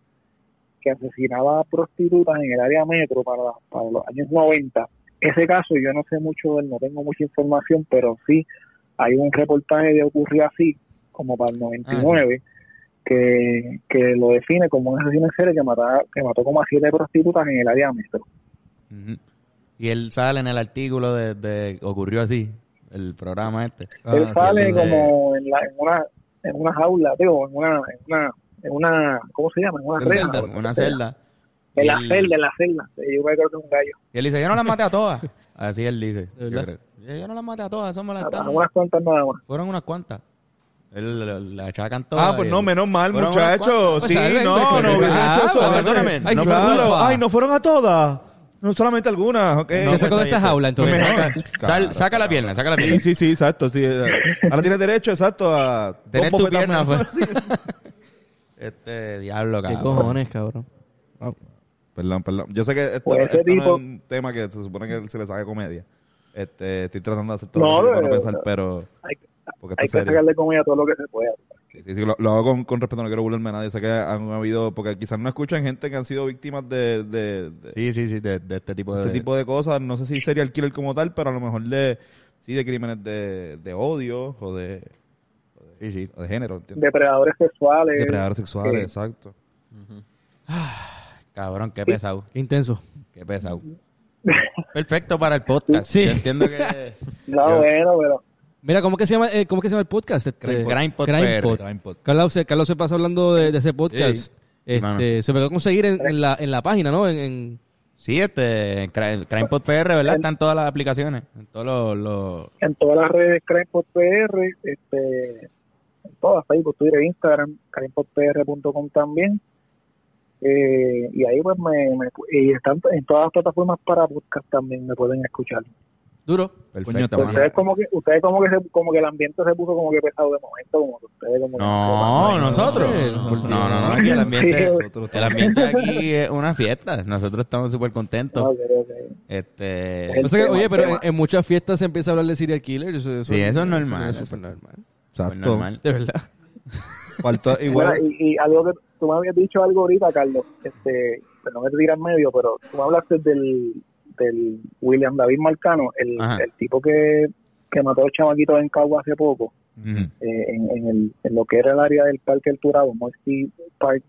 que asesinaba a prostitutas en el área metro para, para los años 90. Ese caso yo no sé mucho de él, no tengo mucha información, pero sí hay un reportaje de ocurrió así, como para el 99, que, que lo define como un asesino en serie que, mataba, que mató como a siete prostitutas en el área metro.
Ujú. Y él sale en el artículo de, de- Ocurrió así, el programa este.
él
Ah,
sale
entonces-
como en, la, en una en una jaula, digo, en una, en una, en una, ¿cómo se llama? En una reja,
Celda,
o
una
sea,
celda.
En la
Y-
celda, en la celda. Yo creo que es un gallo.
Y él dice, yo no las maté a todas. Así él dice.
¿De
yo,
verdad?
creo. Yo no las maté a todas, eso me las
A-
están-
Unas cuantas nada más.
Fueron unas cuantas. Él la- la achacan todas.
Ah, pues
y
no,
él-
menos mal,
Fueron
muchachos.
unas cuantas.
sí,
Pues, ahí,
no,
ahí,
no
ahí.
hubiesen
Ah,
hecho eso.
pues,
antes.
perdóname.
Ay,
No fue
claro.
culpa.
Ay, no fueron a todas. No solamente algunas, ok.
Te
pues,
saco de esta jaula, entonces.
Saca, sal- saca la pierna, saca la
Sí,
pierna.
sí, sí, exacto. Sí. eh. Ahora tienes derecho, exacto, a dos
Tener tu
bofetadas
pierna. pues.
más.
fue- este diablo,
Qué
cabrón.
cojones, cabrón. Wow.
Perdón, perdón. Yo sé que esto,
Pues ese
esto no
tipo-
es un tema que se supone que se le saca comedia. Este, estoy tratando de hacer todo
No,
lo posible para no
de-
pensar, pero...
Hay,
Porque esto
hay que
es serio.
sacarle comida todo lo que se pueda.
Sí, sí, sí, lo, lo hago con, con respeto, no quiero burlarme a nadie. Sé que han habido, porque quizás no escuchan gente que han sido víctimas de, de- de
Sí, sí, sí, de, de este tipo de...
este tipo de cosas. No sé si serial killer como tal, pero a lo mejor de, sí, de crímenes de, de odio o de,
Sí, sí.
o de género, ¿entiendes?
Depredadores sexuales.
Depredadores sexuales,
eh,
exacto.
Cabrón, qué pesado.
Qué intenso.
Qué pesado. Perfecto para el podcast.
Sí.
Yo entiendo que...
No,
Yo-
bueno, pero
Mira, ¿cómo que se llama, eh, ¿cómo que se llama el podcast? Este,
Grindpod. Grindpod
Grindpod.
Grindpod.
pues,
Carlos, se- Carlos se pasa hablando de, de ese podcast.
Sí.
Este,
Mano.
se puede conseguir en, en la, en la página, ¿no? En, en-
Sí, este, Crime Crime Pod PR, ¿verdad? Están todas las aplicaciones, en todos los... los-
en todas las redes Crimepod PR, este, en todas, Facebook, Twitter, Instagram, crimepodpr.com también. Eh, y ahí pues me, me- y están en todas las plataformas para podcast también me pueden escuchar.
Duro.
Coño,
Perfecto, mano.
Ustedes como que ustedes como que se- como que el ambiente se puso como que pesado de momento, como que ustedes como que-
No, nosotros.
Sí,
No,
por
no,
Dios.
no, aquí el ambiente,
Nosotros
el
estamos-
ambiente aquí es una fiesta. Nosotros estamos súper
No,
contentos.
creo que-
Este,
El
O sea que,
tema,
oye,
el
pero en,
tema.
en muchas fiestas se empieza a hablar de serial killer. Eso,
Sí, eso es normal,
Eso es
eso es
súper normal.
pues,
Exacto.
normal.
De verdad.
Faltó-
Mira,
igual,
y, y algo que tú me habías dicho algo ahorita, Carlos, este, pero no me tiras medio, pero tú me hablaste del, del William David Marcano, el,
Ajá.
el tipo que, que mató a los chamaquitos en Cagua hace poco,
Ujú.
eh, en, en el, en lo que era el área del Parque El Turabo, Moisty Park,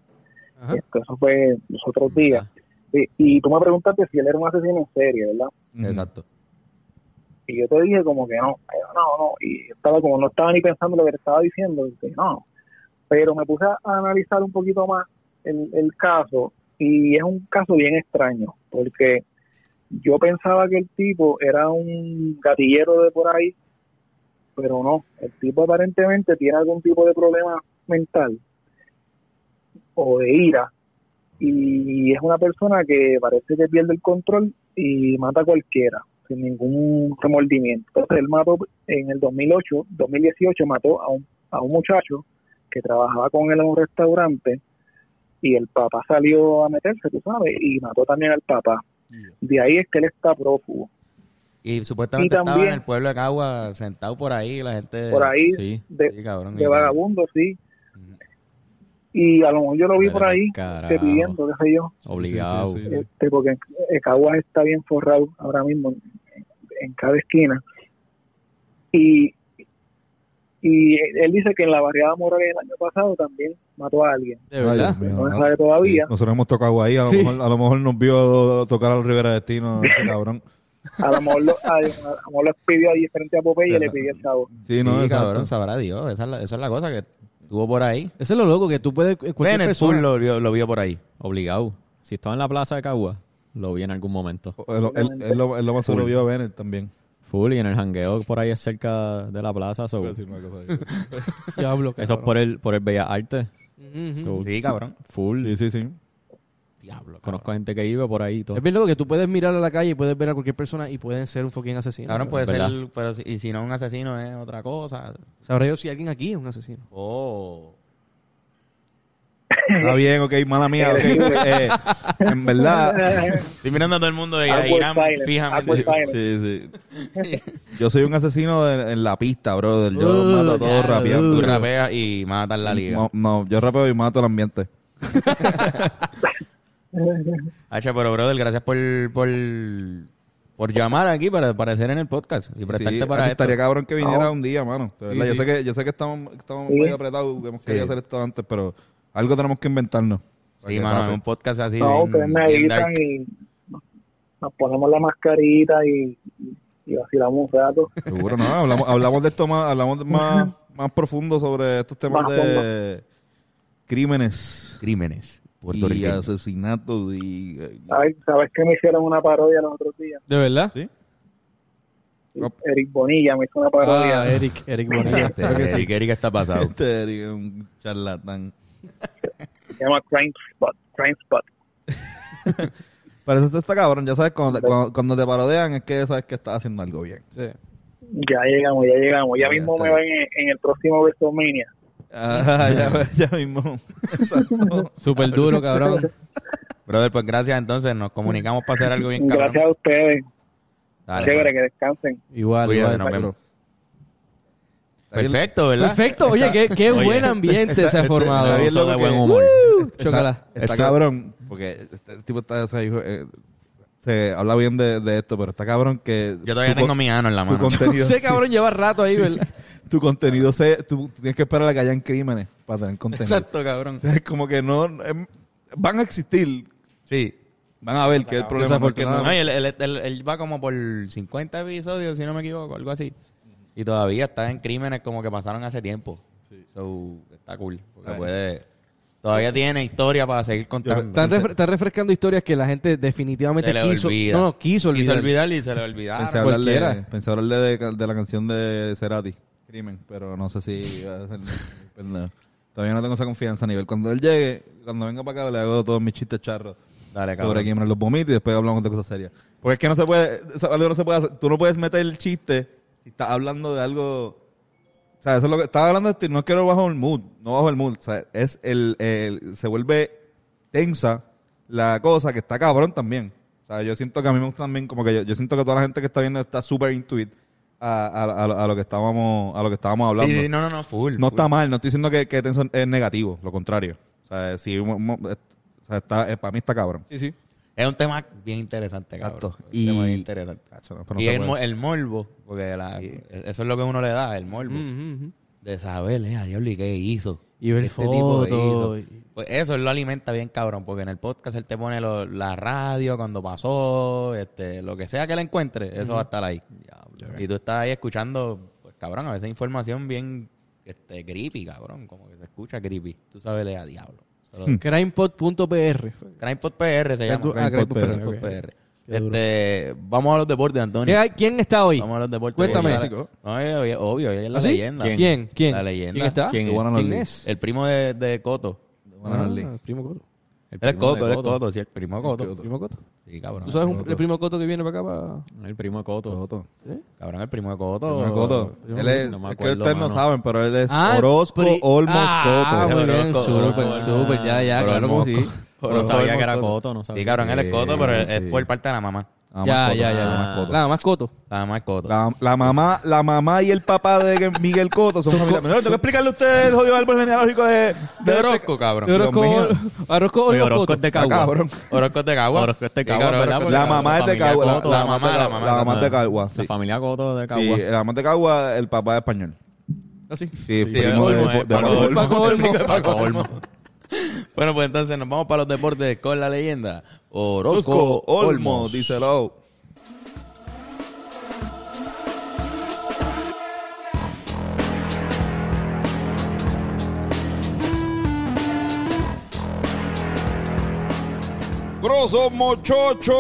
Ajá.
este, eso fue los otros días. Y, y tú me preguntaste si él era un asesino en serie, ¿verdad?
Exacto.
Y yo te dije como que no, pero no, no. Y estaba como no estaba ni pensando lo que te estaba diciendo, dije, no. Pero me puse a analizar un poquito más el, el caso y es un caso bien extraño porque yo pensaba que el tipo era un gatillero de por ahí, pero no. El tipo aparentemente tiene algún tipo de problema mental o de ira y es una persona que parece que pierde el control y mata a cualquiera sin ningún remordimiento. Entonces él mató en el 2008, 2018 mató a un, a un muchacho que trabajaba con él en un restaurante y el papá salió a meterse, tú sabes, y mató también al papá. De ahí es que él está prófugo.
Y supuestamente
Y
estaba
también-
en el pueblo de Cagua, sentado por ahí, la gente...
Por ahí,
Sí,
de,
sí, cabrón.
de
y-
vagabundo, sí. Y a lo mejor yo lo vi
Vete
por
pa'l
ahí
carajo.
este, pidiendo, qué sé yo.
Obligado.
Sí, sí, sí, sí.
este, porque eh, Caguas está bien forrado ahora mismo en, en cada esquina. Y, y él dice que en la barriada Morales el año pasado también mató a alguien.
De
Ay,
verdad.
Dios mío,
No se
ah,
sabe todavía.
sí. Nosotros hemos tocado ahí, a lo,
Sí.
mejor, a lo mejor nos vio tocar al Rivera Destino, ese cabrón.
A lo mejor lo, a, a lo mejor lo pidió ahí frente a Popeye y le pidió el chavo.
Sí, no,
Sí,
exacto.
cabrón, sabrá Dios. Esa es la, esa es la cosa que tuvo por ahí.
Eso es lo loco, que tú puedes... eh, Cualquier
Bennett Full
persona...
lo, vio- lo vio por ahí.
Obligado. Si estaba en la plaza de Cagua, lo vi en algún momento.
Él, él- él lo, él lo más seguro vio a Bennett también.
Full y en el jangueo por ahí es cerca de la plaza. so-
Voy a decir una cosa ahí.
Diablo,
Eso es
cabrón.
por el, por el Bellas Artes.
Ujú.
So,
Sí, cabrón.
Full.
Sí, sí, sí.
Diablo, cabrón.
Conozco a gente que iba por ahí y todo.
Es bien loco que tú puedes mirar a la calle y puedes ver a cualquier persona y pueden ser un fucking asesino.
Cabrón puede
¿Verdad?
ser, pero si, y si no un asesino es otra cosa.
Sabré yo si alguien aquí es un asesino.
Oh.
Está bien, ok, mala mía. ok. Eh, en verdad.
Estoy mirando a todo el mundo de
Awkward
Irán,
silence, awkward
fíjame.
silence.
sí, sí. Yo soy un asesino de- en la pista, brother. Yo
Uh,
mato a todos
ya,
rapeando.
Tú rapeas y matas la liga.
No, no, yo rapeo y mato al ambiente.
Hacha, pero brother, gracias por, por, por llamar aquí para aparecer en el podcast y prestarte
Sí,
para
hacho,
esto.
estaría cabrón que viniera un día, mano. De verdad,
Sí,
yo,
sí.
Sé que, yo sé que estamos, estamos
Sí.
muy apretados, que hemos querido hacer esto antes, pero algo tenemos que inventarnos. Para
Sí,
que
mano,
pase.
un podcast así.
No,
bien-
ustedes me
bien
avisan
dark.
y nos- nos ponemos la mascarita y, y, y vacilamos un rato.
Seguro, no. Hablamos, hablamos de esto más, hablamos más, más profundo sobre estos temas
Más
de crímenes
Crímenes
y
puertorriqueños.
asesinatos y... eh,
¿Sabes, ¿Sabes que me hicieron una parodia los otros días?
¿De verdad?
¿Sí?
Eric Bonilla me hizo una parodia.
Ah, Eric, Eric Bonilla.
Este, Eric, Eric está pasado.
Este era un charlatán.
Se llama Crime Spot. Crime Spot.
Pero eso está cabrón, ya sabes, cuando, te- cuando, cuando te parodean es que sabes que estás haciendo algo bien.
Sí.
Ya llegamos, ya llegamos. Ya
Ya
mismo
está
me ven en, en el próximo WrestleMania.
Ah, ya, ya mismo. Exacto.
Súper duro, cabrón.
Brother, pues gracias entonces. Nos comunicamos para hacer algo bien cabrón.
Gracias a ustedes.
Dale,
Chévere,
mano.
que descansen.
Igual,
Cuídate,
igual.
nos vemos. Perfecto, ¿verdad?
Perfecto. Oye, qué, qué
Oye.
buen ambiente se ha formado.
está bien
Eso
loco
de
que-
buen humor.
Chócala.
Está
Eso-
cabrón, porque este tipo está ese hijo, eh, se habla bien de, de esto, pero está cabrón que
Yo todavía
tu
tengo
con-
mi ano en la
tu
mano.
contenido,
Ese cabrón lleva rato ahí, ¿verdad?
tu contenido se, tú tienes que esperar a que hayan crímenes para tener contenido.
Exacto, cabrón.
O sea, es como que no em, van a existir,
Sí.
van a ver que el problema no es que no-
No, y él, él- él- él va como por 50 episodios, si no me equivoco, algo así. Y todavía está en crímenes como que pasaron hace tiempo. So, está cool. porque
Ay.
puede- todavía tiene historia para seguir contando.
Están refre- están refrescando historias que la gente definitivamente
Se le
quiso.
olvida.
No, no, quiso olvidar.
y se le
Pensé
olvidaron.
hablarle,
cualquiera.
pensé hablarle de, de la canción de Cerati, Crimen, pero no sé si va a ser- pendejo. Todavía no tengo esa confianza a nivel. Cuando él llegue, cuando venga para acá, le hago todos mis chistes charros
Dale,
sobre
cabrón.
quién me los vomita y después hablamos de cosas serias. Porque es que no se puede, eso- algo no se puede hacer. Tú no puedes meter el chiste si estás hablando de algo. O sea, eso es lo que estaba hablando de esto y no quiero bajo el mood, no bajo el mood. O sea, es el, el- se vuelve tensa la cosa que está cabrón también. O sea, yo siento que a mí me gusta también, como que yo, yo siento que toda la gente que está viendo está súper intuit a, a, a- a lo que estábamos, a lo que estábamos hablando.
Sí, sí, no, no, no, full.
No
full.
está mal, no estoy diciendo que, que tenso es negativo, lo contrario. O sea, sí, mo- mo- o sea, está, eh, para mí está cabrón.
Sí, sí.
Es un tema bien interesante, cabrón.
Exacto.
Es un
Y-
tema bien interesante.
Cacho, no, pero no
y
se
el,
puede.
mo- el morbo, porque la- eso es lo que uno le da, el
Mm.
morbo.
Ujú, ujú.
De saber, eh, a diablo, ¿y qué hizo? Este
Y ver
hizo?
fotos.
Pues eso él lo alimenta bien, cabrón, porque en el podcast él te pone lo- la radio, cuando pasó, este, lo que sea que le encuentre, eso va a estar ahí. Y
eh.
tú estás ahí escuchando, pues, cabrón, a veces información bien este, creepy, cabrón, como que se escucha creepy. Tú sabes, le a diablo. Se
Hmm.
lo-
Crimepod.pr.
Crimepod PR se
Ah,
llama.
Crimepod
PR,
Crimepod
ok.
PR.
Qué duro.
Este, vamos a los deportes, Antonio.
¿Qué hay- ¿Quién está hoy?
Vamos a los deportes.
Cuéntame.
Oye, la- oye, obvio, ella es la
¿Ah, sí?
leyenda.
¿Quién? ¿Quién?
La leyenda.
¿Quién está?
¿Quién
es?
¿Quién es?
El primo de, de Coto.
Bueno,
Ah,
Lee.
el primo Coto.
El
Él es
primo de
Coto, él es Coto, sí, el primo de
El
Coto.
primo Coto.
Sí, cabrón.
¿Tú sabes un- el primo Coto que viene para acá? Para...
El primo de Coto.
Coto.
Cabrón, el primo de Coto.
Primo de Coto.
yo
Él es,
no me
es que
acuerdo,
ustedes no
mano.
saben, pero él es
Ah,
Orozco
pri-
Olmos
Ah,
Coto.
muy bien,
Orozco.
súper, súper, ya, ya,
Pero
claro que
Orozco.
sí.
Pero
No sabía que era
Coto.
Coto, no sabía.
Sí, cabrón, él es Coto, pero es- es
sí.
por parte de la mamá.
La
Ya,
mascota,
ya, ya.
La mascota.
Nada más coto.
Nada más coto.
La, la mamá, la mamá y el papá de Miguel Coto son familia. No, tengo que explicarle a ustedes el jodido árbol genealógico de, este
De Orozco, cabrón.
Dios
Orozco,
mío.
Orozco,
Oye, Orozco
Orozco.
es de
Ah,
Cagua.
cabrón.
Orozco es de Cagua.
Orozco es de
Sí,
Cagua,
cabrón,
¿verdad?
Orozco
La
La
mamá es de
familia
Cagua.
Coto,
la- La
la
mamá,
mamá,
de
la
Cagua,
mamá,
la
la
mamá de
mamá.
Cagua.
La
Sí,
familia Coto de Cagua.
Sí, eh. la mamá de Cagua, el papá es español.
Así.
Sí,
Sí,
primo
Olmo,
de,
eh,
de
Paco
Paco
Olmo.
Paco Olmo.
Paco Olmo. Bueno, pues entonces nos vamos para los deportes con la leyenda. Orozco
Olmo,
Olmos.
díselo. Grosos muchachos,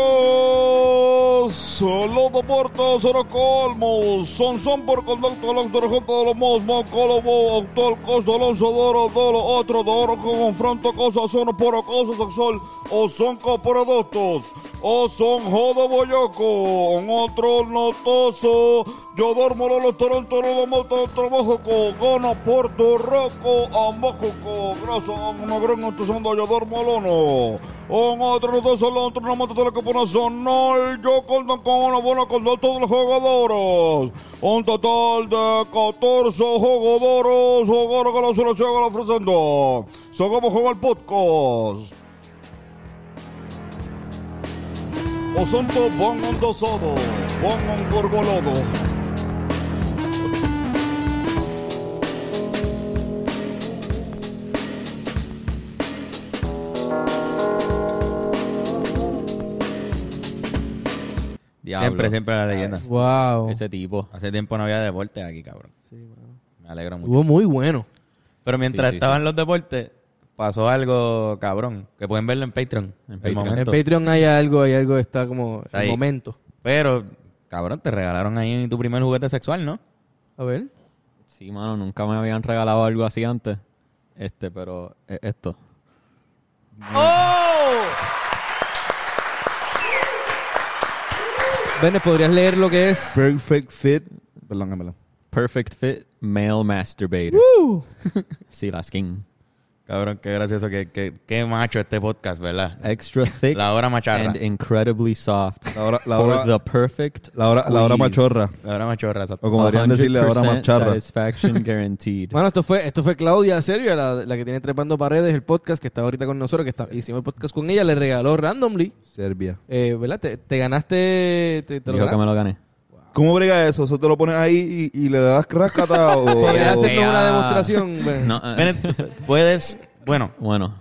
los deportes Orozco Olmos, son son por conducto los Orozco Colomos, Mocolobo, Octol, Costo, Alonso, Doro, Dolo, otro Doro, confronto, cosas son por cosas, Oxol, o son coproductos, o son jodo boyoco, un otro notoso, yo dormo los toronto, los motos, trobojoco, gono, porto, roco, amojoco, grosso, no grongo, tu son yo dormo lono, un otro notoso, los otro no moto, todo lo que pone son, no, yo con con uno bueno, con dos todos los jugadores, un total de 14 jugadores, jugadores que los selección los ofreciendo, son como juega el podcast. Osonto bongon dosodo, bongon gorgolodo.
Diablo.
Siempre, siempre la leyenda.
Wow.
Ese tipo.
Hace tiempo no había deportes aquí, cabrón. Me alegro mucho.
Estuvo muy bueno.
Pero mientras
Sí, sí,
estaban los deportes, pasó algo cabrón. Que pueden verlo en Patreon.
En
el
Patreon.
En
momento.
Patreon hay algo, hay algo que está como
Está
el
ahí.
momento.
Pero, cabrón, te regalaron ahí tu primer juguete sexual, ¿no?
A ver.
Sí, mano, nunca me habían regalado algo así antes. Este, pero es esto.
Vene, ¿podrías leer lo que es?
Perfect fit. Perdóngamelo.
Perfect Fit Male Masturbator. Sí, la skin.
Cabrón, qué gracioso. Qué, qué, qué macho este podcast, ¿verdad?
Extra thick
La hora macharra.
and incredibly soft.
La hora, la
for
hora,
the perfect
la hora, la hora
squeeze.
machorra.
La hora machorra. exacto.
O como deberían decirle, la hora
100%
más charra.
Satisfaction guaranteed.
Bueno, esto fue, esto fue Claudia Sergio, la, la que tiene Trepando Paredes, el podcast que está ahorita con nosotros, que está, hicimos el podcast con ella, le regaló randomly,
Serbia.
eh, ¿verdad? Te, te ganaste, te, te lo
Dijo que me
ganaste.
lo gané.
¿Cómo brega eso? ¿Eso te lo pones ahí y, y le das rascata o...?
¿Podrías
o-
hacernos una
Ea.
demostración? Vene?
No, eh,
Ven, puedes. Bueno,
bueno,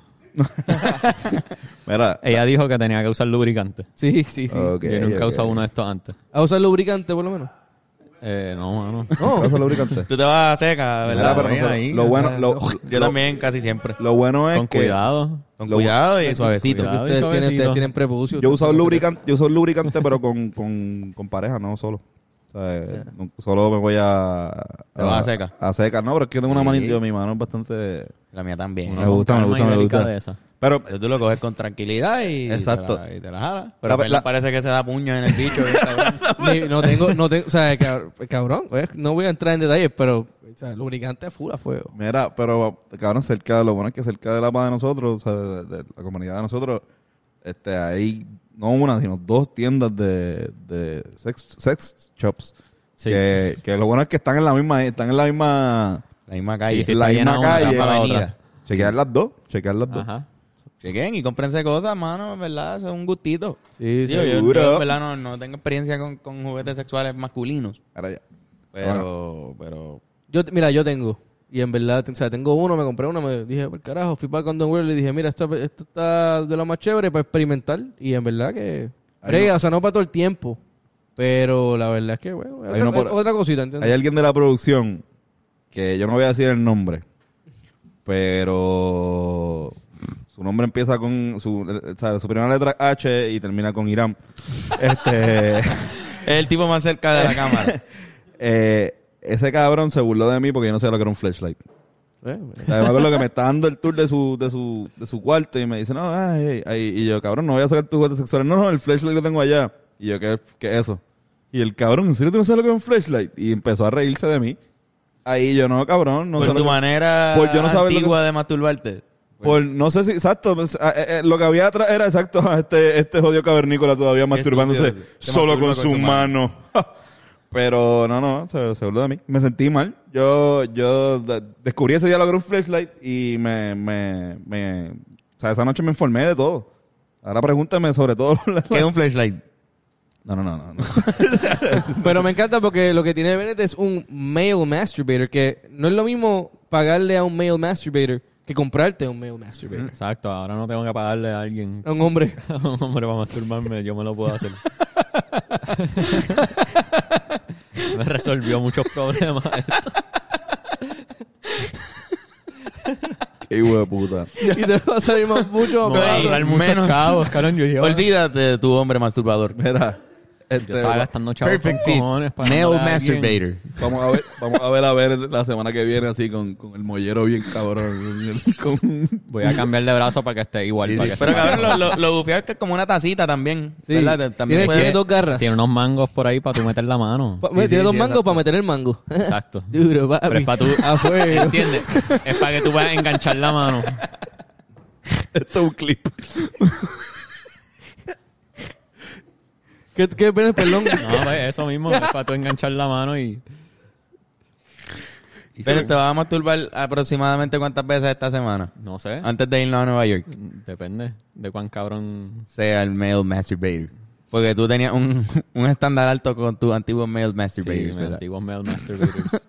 Mira.
ella dijo que tenía que usar lubricante.
Sí, sí, sí.
Ok,
Yo nunca he
ok.
usado uno de estos antes.
A usar lubricante, por lo menos.
Eh, no, mano.
No.
¿Usas lubricante?
tú te vas a seca,
Mira,
¿verdad?
pero
Mira
nosotros-
ahí,
lo bueno... Lo,
Yo
lo-
también casi siempre.
Lo bueno es
Con
que...
cuidado.
Con
lo-
cuidado y suavecito.
cuidado.
Ustedes
Ay,
tienen,
suavecito.
ustedes tienen prepucio.
Yo he usado
Ustedes-
lubricante, yo uso lubricante pero con, con, con pareja, no solo. O sea, nunca- solo me voy a...
Te vas a seca.
A seca, no, pero es que tengo una
Sí.
manito, mi mano es bastante...
La mía también.
me gusta, me
calma y
gusta, me
delicada
gusta.
esa.
Pero
Entonces tú lo coges con tranquilidad y,
Exacto.
Te, la, y te la jalas. Pero
La-
a él
la-
le parece que se da puños en el bicho. bien cabrón.
Ni- no tengo, no tengo, o sea, cab- cabrón, eh, no voy a entrar en detalles, pero o sea, lubricante a full a fuego.
Mira, pero cabrón, cerca de lo bueno es que cerca de la paz de nosotros, o sea, de, de la comunidad de nosotros, este, hay no una, sino dos tiendas de, de sex, sex shops.
Sí.
Que, que lo bueno es que están en la misma, están en la misma,
La misma calle.
Sí, sí,
la
está
misma
llena una,
calle.
tapa la otra.
Avenida.
Chequear las dos, chequear las dos.
Ajá.
Chequen y cómprense cosas, mano, en ¿verdad? Eso es un gustito.
Sí, sí.
Digo, yo,
seguro.
yo, en verdad no, no tengo experiencia con, con juguetes sexuales masculinos.
Ahora ya.
Pero, pero...
Yo, mira, yo tengo. Y en verdad, o sea, tengo uno, me compré uno, me dije, por carajo, fui para Condon World y le dije, mira, esto, esto está de lo más chévere para experimentar. Y en verdad que.
Hay
brega,
uno-
o sea, no para todo el tiempo. Pero la verdad es que, bueno, otra,
uno por-
otra cosita,
Hay
¿entiendes?
alguien de la producción que yo no voy a decir el nombre, pero su nombre empieza con su, o sea, su primera letra H y termina con Irán. Este,
Es el tipo más cerca de la cámara.
eh, ese cabrón se burló de mí porque yo no sé lo que era un flashlight.
Eh,
O sea, yo me acuerdo que me está dando el tour de su, de su, de su cuarto y me dice, no, ay, ay", y yo, cabrón, no voy a sacar tus juguetes sexuales. No, no, el flashlight lo tengo allá. Y yo, ¿qué, qué es eso? Y el cabrón, ¿en serio tú no sabes lo que es un flashlight? Y empezó a reírse de mí. Ahí yo, no, cabrón, no
por
sé
Pues tu
lo que-
manera
Por yo no saber lo
antigua de masturbarte.
Por, no sé si, exacto, pues, a- a- a- lo que había atrás era exacto este, este jodido cavernícola todavía masturbándose
estúpido. Se
solo
masturba
con su mano. Pero no, no, se, se burló de mí. Me sentí mal. Yo, yo de- descubrí ese diálogo en un flashlight y me, me, me, o sea, esa noche me informé de todo. Ahora pregúntame sobre todo.
¿Qué es un flashlight?
no, no, no, no. no.
Pero me encanta porque lo que tiene Bennett es un male masturbator, que no es lo mismo pagarle a un male masturbator que comprarte un male masturbator.
Exacto, ahora no tengo que pagarle a alguien.
A un hombre.
a un Hombre, para masturbarme, yo me lo puedo hacer. me resolvió muchos problemas.
Qué hijo de puta.
y te va a salir más- mucho
Me
más
va a
barato.
ahorrar muchos
menos.
cabos, cabrón. Yo llevo-
Olvídate de tu hombre masturbador.
Mira,
Yo
este,
estaba gastando chavos
Perfect
con
fit.
cojones para
Male
dándole a alguien.
masturbator.
Vamos a ver, vamos a ver a ver la semana que viene así con, con el mollero bien cabrón. Con,
Voy a cambiar de brazo para que esté igual. para que
Pero
esté
cabrón, lo,
igual.
lo, lo bufiado es que es como una tacita también.
Sí.
¿verdad? También
Tiene-
puede-
tiene dos garras.
Tiene unos mangos por ahí para tú meter la mano.
Pa- tiene
sí,
dos
sí,
mangos
exacto.
para meter el mango.
Exacto.
Duro,
Ah,
papi.
Pero es pa' tú.
A fuego.
¿Entiendes? Es para que tú puedas enganchar la mano.
esto es un clip.
¿Qué, qué pena, perdón?
No, pues, eso mismo, es para tú enganchar la mano y...
Pero te vas a masturbar aproximadamente cuántas veces esta semana.
No sé.
Antes de irnos a Nueva York.
Depende de cuán cabrón...
Sea el male masturbator. Porque tú tenías un, un estándar alto con tu antiguo male
Sí,
masturbator.
mis
¿verdad?
antiguos male masturbators.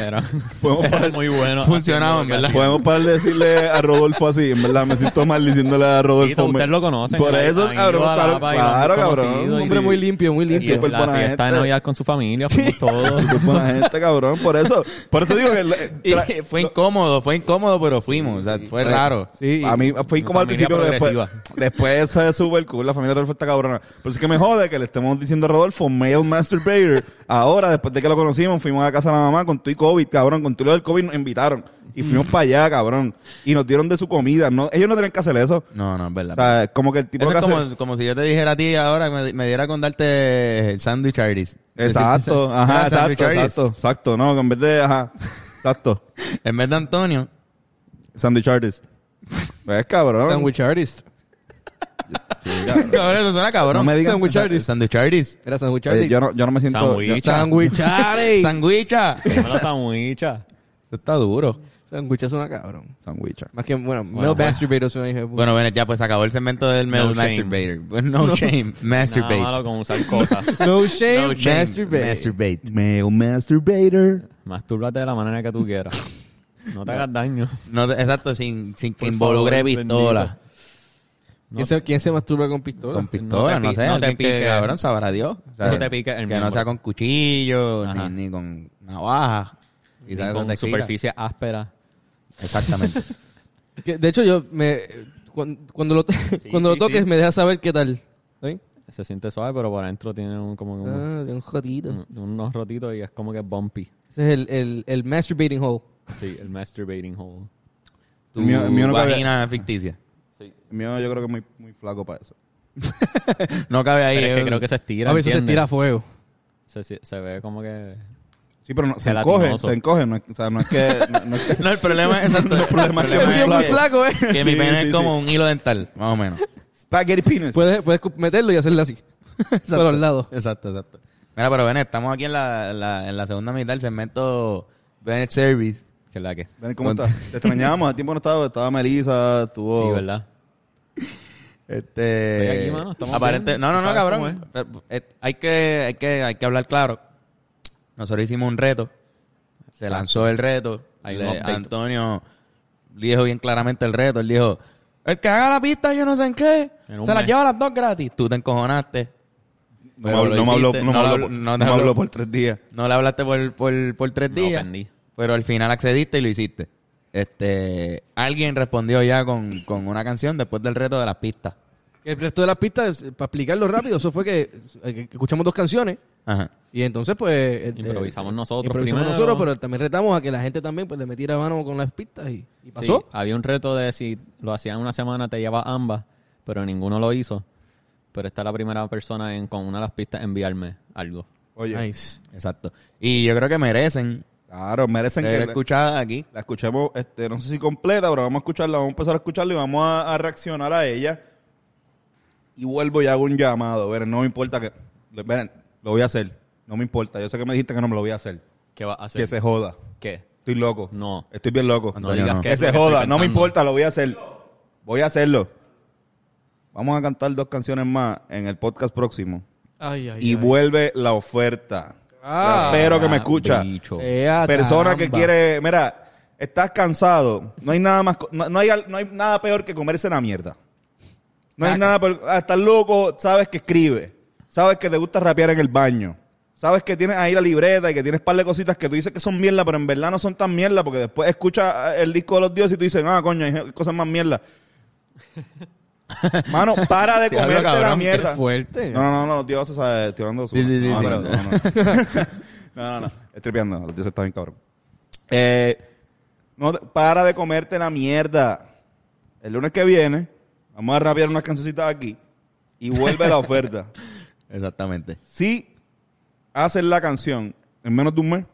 Era,
Podemos
era
parar-
muy bueno.
Funcionaban,
haciendo lo que
¿verdad?
Podemos parar de decirle a Rodolfo así, en verdad me siento mal diciéndole a
hacía. Sí,
Rodolfo.
todos ustedes lo conocen.
Por
Han
eso,
ido
cabrón,
a la
claro,
papa y lo han
claro,
conocido
cabrón.
Un
y-
hombre muy limpio, muy
y
limpio.
súper
la
buena
fiesta de
gente.
Navidad con su familia, fuimos todos.
Súper buena gente, cabrón. Por eso, por eso digo que el-
Y
tra-
fue incómodo, fue incómodo, pero fuimos. o sea, fue raro.
Sí.
Eh, a mí fue
Una
como al
familia
principio, pero después,
progresiva.
después se sube el cool, la familia de Rodolfo está cabrona. Pero es que me jode que le estemos diciendo a Rodolfo, male masturbator. Ahora, después de que lo conocimos, fuimos a casa de la mamá con tú y COVID, cabrón, con tú y lo del COVID nos invitaron. Y fuimos para allá, cabrón. Y nos dieron de su comida. No, ellos no tenían que hacer eso.
No, no, es
O
verdad.
sea, como que el tipo
Eso
que
es
hace-
como, como si yo te dijera a ti ahora, me, me diera con darte el sándwich Artist.
Exacto, ajá,
Era sándwich
exacto,
artist.
exacto, exacto, no, que en vez de, ajá, exacto,
En vez de Antonio,
sandwich artist. Es cabrón.
Sandwich artist.
Sí, cabrón.
cabrón, eso suena cabrón.
No me digas
Sandwich
Sandwich
artist.
artist.
Sandwich artist.
Era sandwich
Oye,
artist.
yo, no, yo no me siento...
Sandwich.
Sandwich artist.
Sandwicha.
Dímelo, sandwicha.
Eso está duro.
Sandwich es una cabrón.
yo- Sandwich.
Más que, bueno, male masturbator es una hija de puta.
Bueno, bueno, ya pues acabó el segmento del male
No shame.
masturbator. Bueno, No, shame. Masturbate.
Nada malo con usar cosas.
No shame,
No shame.
masturbate.
Masturbate.
Male masturbator.
Mastúrbate de la manera que tú quieras. No te hagas daño.
No, te- exacto, sin, sin que
Por
involucre
favor,
pistola.
¿Quién, se, quién se masturba con pistola?
Con pistola,
No te
no,
pi-
sé.
no
No
te pique.
cabrón, sabrá Dios. O sea,
No te pique el
Que
miembro.
no sea con cuchillo,
Ajá.
ni, ni con navaja. Y
Ni
sabes
con
dónde quitas.
superficie áspera.
Exactamente.
Que, de hecho, yo me. Cuando, cuando lo, cuando
sí,
lo toques,
sí.
me dejas saber qué tal. ¿Sí?
Se siente suave, pero por adentro tiene un, como que un-
Ah, de un jodido.
un- unos rotitos y es como que bumpy.
Ese es el, el, el masturbating hole.
Sí, el masturbating hole.
Tu
El mío- el mío no cabe-
vagina ficticia.
El mío yo creo que es muy, muy flaco para eso.
No cabe ahí.
Pero es que
eh.
creo que se estira,
A ver, eso se
¿entiendes?
tira a fuego.
Se, se- se ve como que...
Sí, pero no, se
Gelatinoso.
encoge, se encoge. No, es- o sea, no es que... No, no es que
No, el problema es exacto. el problema
es que es
Bien
Flaco.
muy flaco, ¿eh?
que mi
Sí,
pene
sí,
es como
sí.
un hilo dental, más o menos.
Spaghetti penis.
Puedes, puedes cu- meterlo y hacerle así. Por los lados.
Exacto, exacto. Mira, pero Benet, estamos aquí en la, la- en la segunda mitad del segmento Benet Service.
Que es la que...
Ven, ¿cómo estás? Te extrañábamos. Al tiempo no estaba. Estaba Melissa, estuvo...
Sí, ¿verdad?
Este...
Estoy aquí, mano. Estamos
Eh, Aparente,
bien. pues.
no, no, no,
¿Sabes cómo
cabrón. Pero, eh, Hay que, hay, que, hay que hablar claro. Nosotros hicimos un reto. Se lanzó el reto.
Hay
Le-
un update.
Antonio dijo bien claramente el reto. Él dijo, el que haga la pista yo no sé en qué,
En un
se las
mes.
lleva las dos gratis. Tú te encojonaste.
No me
Pero
habló-
lo
no me habló
hiciste,
no me
no
habló
lo-
por-
no
no
te
me
habló.
habló por tres días.
No le hablaste por, por, por tres
Me
días.
ofendí.
Pero al final accediste y lo hiciste. Este, alguien respondió ya con, con una canción después del reto de las pistas.
Que El resto de las pistas, eh, para explicarlo rápido, eso fue que, eh, que escuchamos dos canciones
Ajá.
y entonces pues... este,
Improvisamos nosotros
Improvisamos
primero.
nosotros, pero también retamos a que la gente también pues le metiera mano con las pistas y, y pasó.
Sí, había un reto de si lo hacían una semana te llevas ambas, pero ninguno lo hizo. Pero esta es la primera persona en, con una de las pistas enviarme algo.
Oye,
Nice.
Exacto. Y yo creo que merecen
Claro, merecen
Ser
que la,
escuchada aquí.
la escuchemos, este, no sé si completa, pero vamos a escucharla, vamos a empezar a escucharla y vamos a, a reaccionar a ella. Y vuelvo y hago un llamado. Ver, no me importa que. Ver, lo voy a hacer. No me importa. Yo sé que me dijiste que no me lo voy a hacer.
¿Qué va a
Que
hacer?
se joda.
¿Qué?
Estoy loco.
No.
Estoy bien loco.
No digas que
Que
es lo
se
que
joda.
estoy
No me
pensando.
importa, lo voy a hacer. Voy a hacerlo. Vamos a cantar dos canciones más en el podcast próximo.
Ay, ay,
Y
ay.
vuelve la oferta.
Ah.
Espero que me escucha. Eh,
Bicho.
Ea,
Persona que
caramba.
quiere, mira, estás cansado. No hay nada más, co- no, no hay, al- no hay nada peor que comerse una mierda. No hay nada peor. ah, Estás loco, sabes que escribe. Sabes que te gusta rapear en el baño. Sabes que tienes ahí la libreta y que tienes par de cositas que tú dices que son mierda, pero en verdad no son tan mierda porque después escuchas ah, el disco de los dioses y tú dices, ah, coño, hay cosas más mierda. Mano, para de
Diablo,
comerte la
cabrón, qué
Qué
mierda.
fuerte.
No, no, no, los dioses, ¿sabes? Estoy hablando de su.
Sí, sí, sí,
no, no,
sí.
no, no, no, no, no, estoy tripeando, los dioses están bien cabrón. Eh, no, te- para de comerte la mierda. El lunes que viene, vamos a rapear unas cancioncitas aquí y vuelve la oferta.
Exactamente.
Si haces la canción en menos de un mes,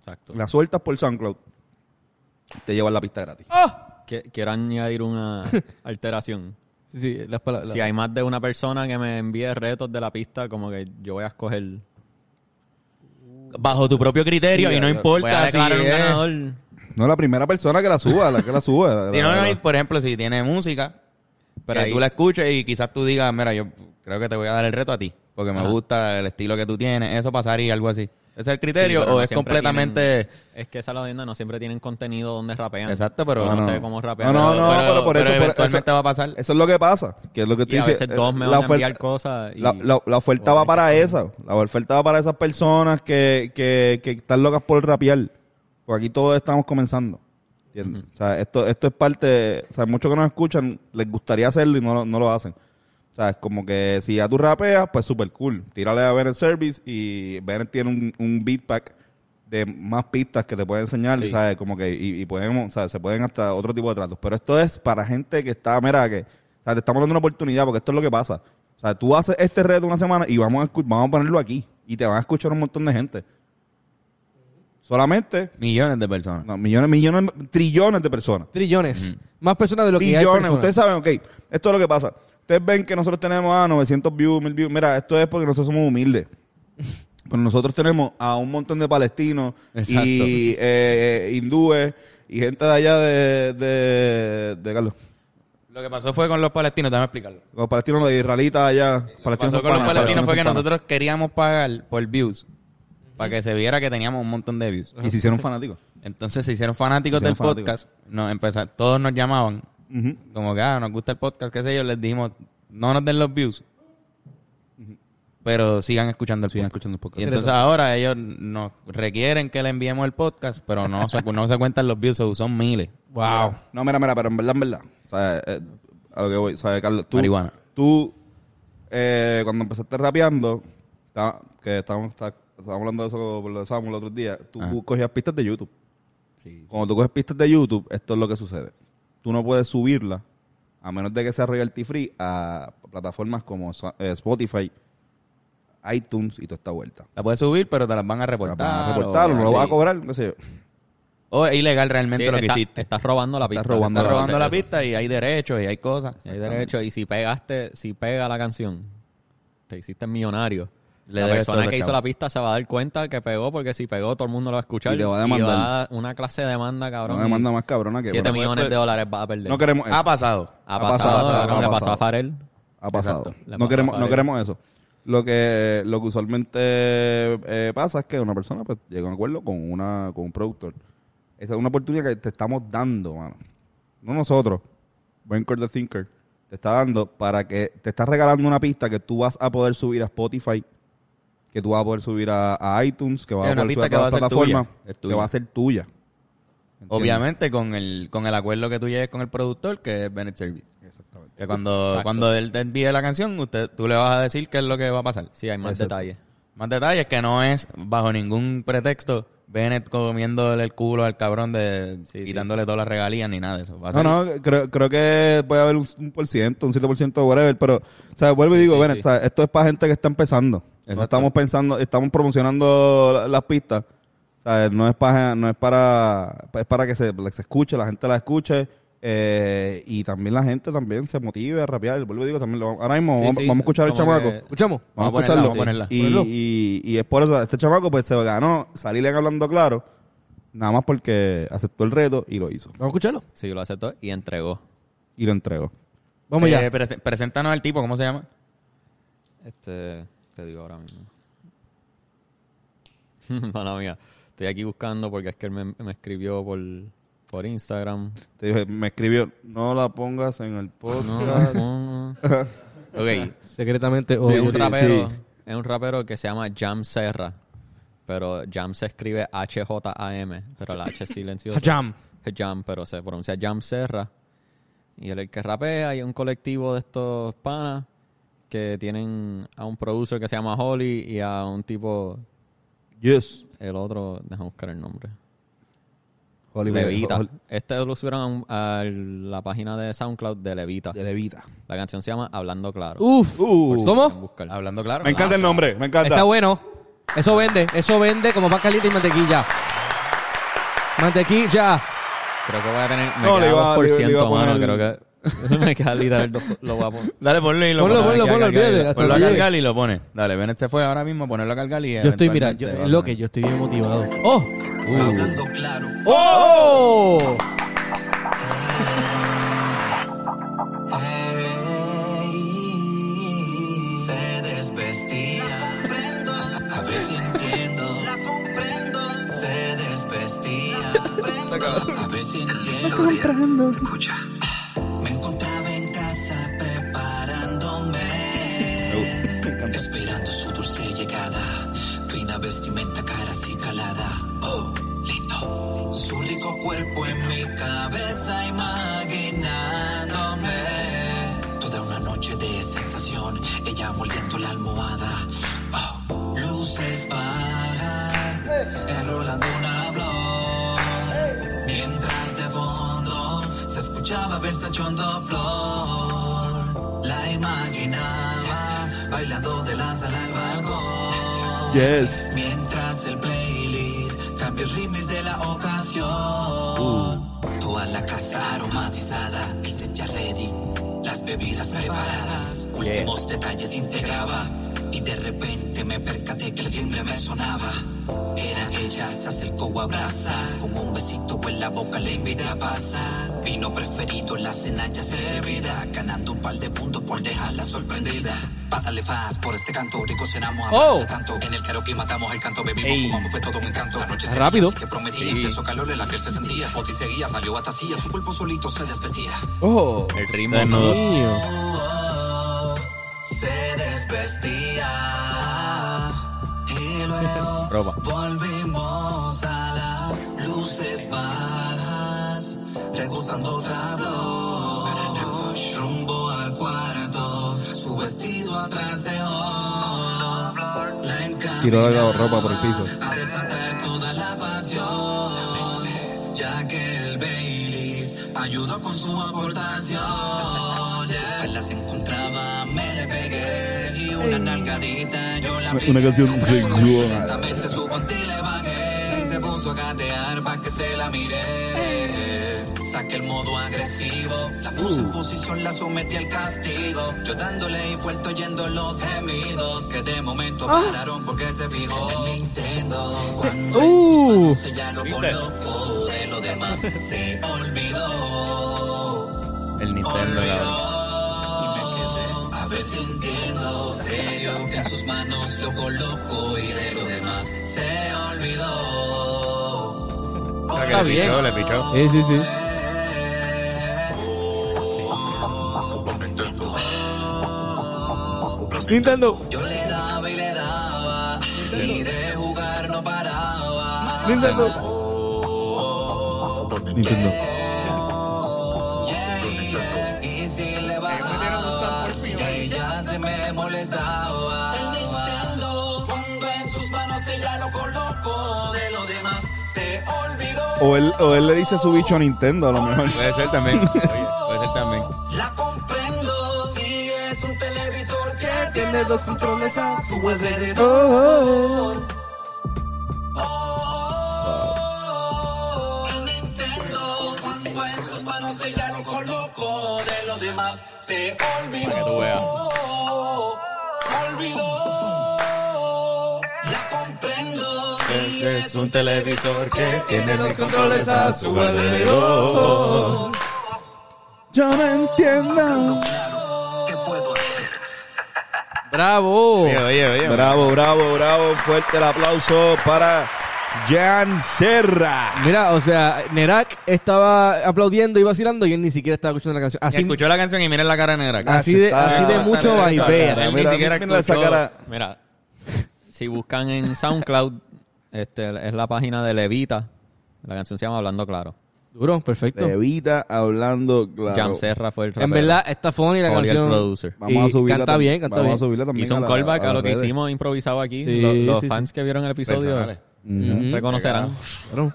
Exacto.
la sueltas por SoundCloud, te llevas la pista gratis.
¡Oh!
Que- Quiero añadir una alteración.
Sí, sí, las palabras.
Si hay más de una persona que me envíe retos de la pista, como que yo voy a escoger.
Bajo tu propio criterio
Sí,
y no
ya, ya.
Voy a
importa si
declarar un
es-
ganador.
No, la primera persona que la suba, la que la suba. la-
Si
la-
no, no,
la-
y, por ejemplo, si tiene música,
Pero
pero que
ahí-
tú la escuches y quizás tú digas, mira, yo creo que te voy a dar el reto a ti, porque me
Ajá.
gusta el estilo que tú tienes, eso pasaría, algo así. ¿Ese es el criterio
Sí, pero
o
no
es
siempre
completamente...
tienen- es que esa es la vaina, no siempre tienen contenido donde rapean.
Exacto, pero...
no,
Ah, no.
sé cómo rapear.
No, no,
pero- pues,
no, pero por eso- por-
eventualmente
eso-
va a pasar.
Eso es lo que pasa, que es lo que
Y
estoy
a veces
diciendo,
dos me
eh,
van a
oferta-
enviar cosas. y-
La, la- la oferta va para esa. La oferta va para esas personas que, que- que están locas por rapear. Porque aquí todos estamos comenzando. ¿Entiendes? O sea, esto, esto es parte. de- o sea, muchos que nos escuchan les gustaría hacerlo y no, lo- no lo hacen. O sea, es como que si ya tú rapeas, pues súper cool. Tírale a Bennett Service y Bennett tiene un, un beat pack de más pistas que te pueden enseñar,
Sí.
¿sabes? Como que, y, y podemos, o sea, se pueden hasta otro tipo de tratos. Pero esto es para gente que está, mira, que, o sea, te estamos dando una oportunidad porque esto es lo que pasa. O sea, tú haces este reto una semana y vamos a, escu- vamos a ponerlo aquí y te van a escuchar un montón de gente. Solamente,
Millones de personas.
no, millones, millones, trillones de personas
Trillones. Más personas de lo que hay
billones.
personas.
Ustedes saben, ok, esto es lo que pasa. Ustedes ven que nosotros tenemos a 900 views, 1000 views. Mira, esto es porque nosotros somos humildes. Pero nosotros tenemos a un montón de palestinos
Exacto.
y eh, eh, hindúes y gente de allá de, de, de Carlos.
Lo que pasó fue con los palestinos, déjame explicarlo.
Los palestinos de israelitas allá.
Lo que
son
pasó con los
panas,
palestinos
son
fue que
panas.
nosotros queríamos pagar por views, para que se viera que teníamos un montón de views.
Y se hicieron fanáticos.
Entonces se hicieron fanáticos
Se hicieron
del
fanáticos.
podcast, nos empeza- todos nos llamaban,
Ujú.
como que ah, nos gusta el podcast, qué sé yo, les dijimos, no nos den los views, pero sigan escuchando el
Sigan
podcast.
escuchando el podcast.
Y entonces ahora ellos nos requieren que le enviemos el podcast, pero no se, no se cuentan los views, so son miles.
Wow.
No, mira, mira, pero en verdad, en verdad. O sea, eh, a lo que voy, ¿sabes, Carlos? Tú,
Marihuana.
Tú, eh, cuando empezaste rapeando, ta- que estábamos, ta- estábamos hablando de eso por lo de Samuel el otro día, tú
Ajá.
cogías pistas de YouTube. Cuando tú coges pistas de YouTube, esto es lo que sucede. Tú no puedes subirla, a menos de que sea royalty free, a plataformas como Sa- eh, Spotify, iTunes y toda esta vuelta.
La puedes subir, pero te las van a reportar.
Van a reportarlo,
o-
no lo vas a
sí.
cobrar, qué sé yo.
O es ilegal
Sí,
realmente lo que
está-
hiciste.
Estás robando la pista.
robando
Estás
la
robando la
pista.
pista y hay derechos y hay cosas.
Hay derecho. Y si pegaste, si pega la canción, te hiciste millonario.
Le
la
debes todo
persona
el
que hizo
chavo.
la pista se va a dar cuenta que pegó, porque si pegó, todo el mundo lo va a escuchar.
Y le va a demandar.
va a dar una clase de demanda, cabrón.
Una demanda más cabrona que...
7
bueno, pues,
millones de dólares va a perder.
No queremos eso.
Ha pasado.
ha
ha
pasado,
pasado,
cabrón,
ha
le pasó
pasado.
a Farel.
Ha pasado.
Exacto. Le
No
pasó
queremos,
a
no
Farid.
queremos eso. Lo que, lo que usualmente eh, pasa es que una persona pues, llega a un acuerdo con, una, con un productor. Esa es una oportunidad que te estamos dando, mano. No nosotros. Venker the Thinker. Te está dando para que te está regalando una pista que tú vas a poder subir a Spotify, que tú vas a poder subir a, a iTunes, que vas
Sí,
a
una
poder
pista
subir a
que va
todas
a
las
ser
plataformas,
tuya. Es
que
tuya.
va a ser tuya. ¿Entiendes?
Obviamente con el, con el acuerdo que tú llegues con el productor, que es Bennett Service.
Exactamente.
Que cuando, cuando él te envíe la canción, usted, tú le vas a decir qué es lo que va a pasar.
Sí, hay más
Exacto.
detalles.
Más detalles que no es bajo ningún pretexto Bennett comiéndole el culo al cabrón de
Sí,
quitándole todas las regalías ni nada de eso. Va a
No,
ser-
no, creo, creo que puede haber un, un por ciento, un 7%, whatever, pero, o sea, vuelvo y digo, bueno,
sí.
o sea, esto es para gente que está empezando. No
Exacto.
estamos pensando, estamos promocionando la- las pistas. O O sea, no es para, no es para, es para que se, se escuche, la gente la escuche. eh, y también la gente también se motive a rapear. Vuelvo y digo, también lo- ahora mismo
Sí,
vamos,
sí,
vamos a escuchar al
como
chamaco.
que-
¿Escuchamos?
Vamos,
Vamos a
a escucharlo.
ponerla, vamos a ponerla.
Y, y- y es por eso, este chamaco pues se ganó salirle hablando claro, nada más porque aceptó el reto y lo hizo.
Vamos a escucharlo.
Sí, lo aceptó y entregó.
Y lo entregó.
Vamos
Eh,
ya.
prese- preséntanos al tipo, ¿cómo se llama?
Este, te digo ahora mismo. Mala mía. Estoy aquí buscando porque es que él me, me escribió por, por Instagram.
Te dije, me escribió, no la pongas en el
No,
podcast.
no, no. Ok,
Secretamente
es
odio.
un rapero,
sí.
es un rapero que se llama Jam Serra, pero Jam se escribe H J A M, pero la H es silenciosa.
Jam.
Jam, pero se pronuncia Jam Serra. Y él es el que rapea y un colectivo de estos panas que tienen a un producer que se llama Holly y a un tipo
Yes.
el otro, déjame buscar el nombre.
Holy
Levita.
Holy-
Este lo subieron a un- a, la página de SoundCloud de Levita.
De Levita.
La canción se llama Hablando Claro.
Uf.
Uh.
Pueden
¿Cómo?
buscar.
Hablando claro.
Me encanta el nombre, me encanta.
Está bueno. Eso vende. Eso vende como pan caliente y mantequilla. Mantequilla.
Creo que voy a tener. Me
No, le
queda
iba-
2%,
le iba a
mano.
poner-
Creo que. me queda literal. dos- Lo voy a poner.
Dale, ponlo y lo
Ponlo,
pone.
ponlo,
Aquí,
ponlo,
aquí, aquí,
olvídate, hasta
Ponlo a
que llegue.
cargar y lo pone. Dale, Bennett se fue ahora mismo, ponerlo a cargar y.
Yo estoy, mira, yo,
eventualmente
es lo que
vas
yo estoy bien motivado. ¡Oh!
Uh,
Hablando claro,
¡Oh!
ey, se desvestía. A ver si entiendo. La comprendo. Se desvestía. A ver si entiendo. Escucha. Me encontraba en casa preparándome. Esperando su dulce llegada. Fina vestimenta, cara así calada. Oh, lindo. Su rico cuerpo en mi cabeza imaginándome. Toda una noche de sensación. Ella mordiendo la almohada. Oh, luces bajas. Enrolando una flor. Mientras de fondo se escuchaba versachando flor. La imaginaba bailando de la sala al balcón.
Yes.
Mientras el playlist cambia ritmos de la ocasión. Toda la casa aromatizada, el set ya ready, las bebidas preparadas, últimos detalles integraba. Y de repente me percaté que el timbre me sonaba. Era ella, se acercó a abrazar, con un besito en la boca le invité a pasar. Vino preferido, la cena ya servida, ganando un par de puntos por dejarla sorprendida. Pátale fast por este canto, rico cenamos, amamos
Oh.
tanto. En el karaoke matamos el canto, bebimos, fumamos, fue todo un encanto. La noche
Rápido.
Que prometía intenso calor en la piel se sentía. Poti seguía, salió hasta silla, su cuerpo solito se despedía.
a- El ritmo. no-
Mío.
Se despedía. Y luego
Ropa.
volvimos a las luces bajas. Degustando otra flor. Rumbo al cuarto. Su vestido atrás de oro. La encaminaba.
Tiró la ropa por el piso.
a desatar toda la pasión, ya que el Baileys ayudó con su aportación. Ya las encontraba, me le pegué y una nalgadita yo la
Una canción sexual.
Lentamente su panty le bajé y se puso a gatear pa' que se la miré. Saqué el modo agresivo, la puse
Uh.
en posición, la sometí al castigo. Yo dándole y vuelto oyendo los gemidos que de momento pararon porque se fijó en Nintendo. Cuando
Uh.
en sus manos ella lo colocó, de lo demás se olvidó.
El Nintendo, cabrón.
A ver si entiendo serio que a sus manos lo colocó y de lo demás se olvidó.
Está bien. Le pichó.
Sí, sí, sí. Nintendo.
Yo le daba y le daba y de jugar no paraba.
Nintendo.
Nintendo.
Y si le bajaba, ella se me molestaba. El Nintendo, cuando en sus manos ella lo colocó, de lo demás se olvidó.
O él, o él le dice a su bicho Nintendo a lo mejor.
Puede ser también. Oye, puede ser también.
La comprendo si es un televisor que tiene dos controles a su alrededor. Oh, demás se
Para que tú veas.
olvidó. Olvidó. La comprendo. Sí,
Es un televisor que tiene los
controles a su
alrededor.
Yo no entiendo.
¿Qué puedo hacer?
¡Bravo!
Oye, oye, oye.
Bravo, bravo, bravo. Fuerte el aplauso para Jan Serra.
Mira, o sea, Nerak estaba aplaudiendo y vacilando y él ni siquiera estaba escuchando la canción.
Y
Así,
Escuchó la canción y miren la cara negra.
Así de- así de mucho vaivea.
Él ni
Mira,
siquiera
mira esa
escuchó.
cara.
Mira, si buscan en SoundCloud, este es la página de Levita. La canción se llama Hablando Claro.
duro, perfecto.
Levita hablando claro.
Jam Serra fue el
En
rapero.
verdad, está funny la
Olga el
canción.
producer.
Vamos
Y
a subirla.
canta
tam-
bien, canta
vamos
bien.
a subirla también.
Hizo
a
un
la-
callback a,
las
lo que
redes.
hicimos improvisado aquí.
Sí,
Lo- los
sí,
fans que vieieron el episodio
Personales.
Ujú.
reconocerán.
Claro.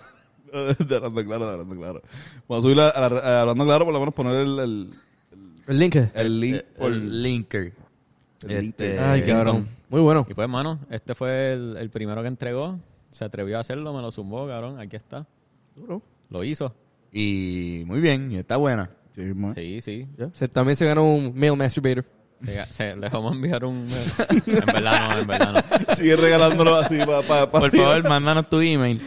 De hablando claro, de hablando claro. Vamos a subirla a la- a hablando claro, por lo menos poner el, el,
El link.
el link. por-
El linker.
el link
este,
de-
Ay, cabrón. Muy bueno.
Y pues, mano, este fue el, el primero que entregó. Se atrevió a hacerlo, me lo zumbó, cabrón. Aquí está. Lo hizo.
Y muy bien, y está buena.
Sí, mismo, eh.
Sí, sí.
Ya. Se- también se ganó un male masturbator.
Se, se- le vamos a enviar un. en verdad no, en verdad no.
Sigue regalándolo así para. Pa, pa-
Por favor, mándanos tu email.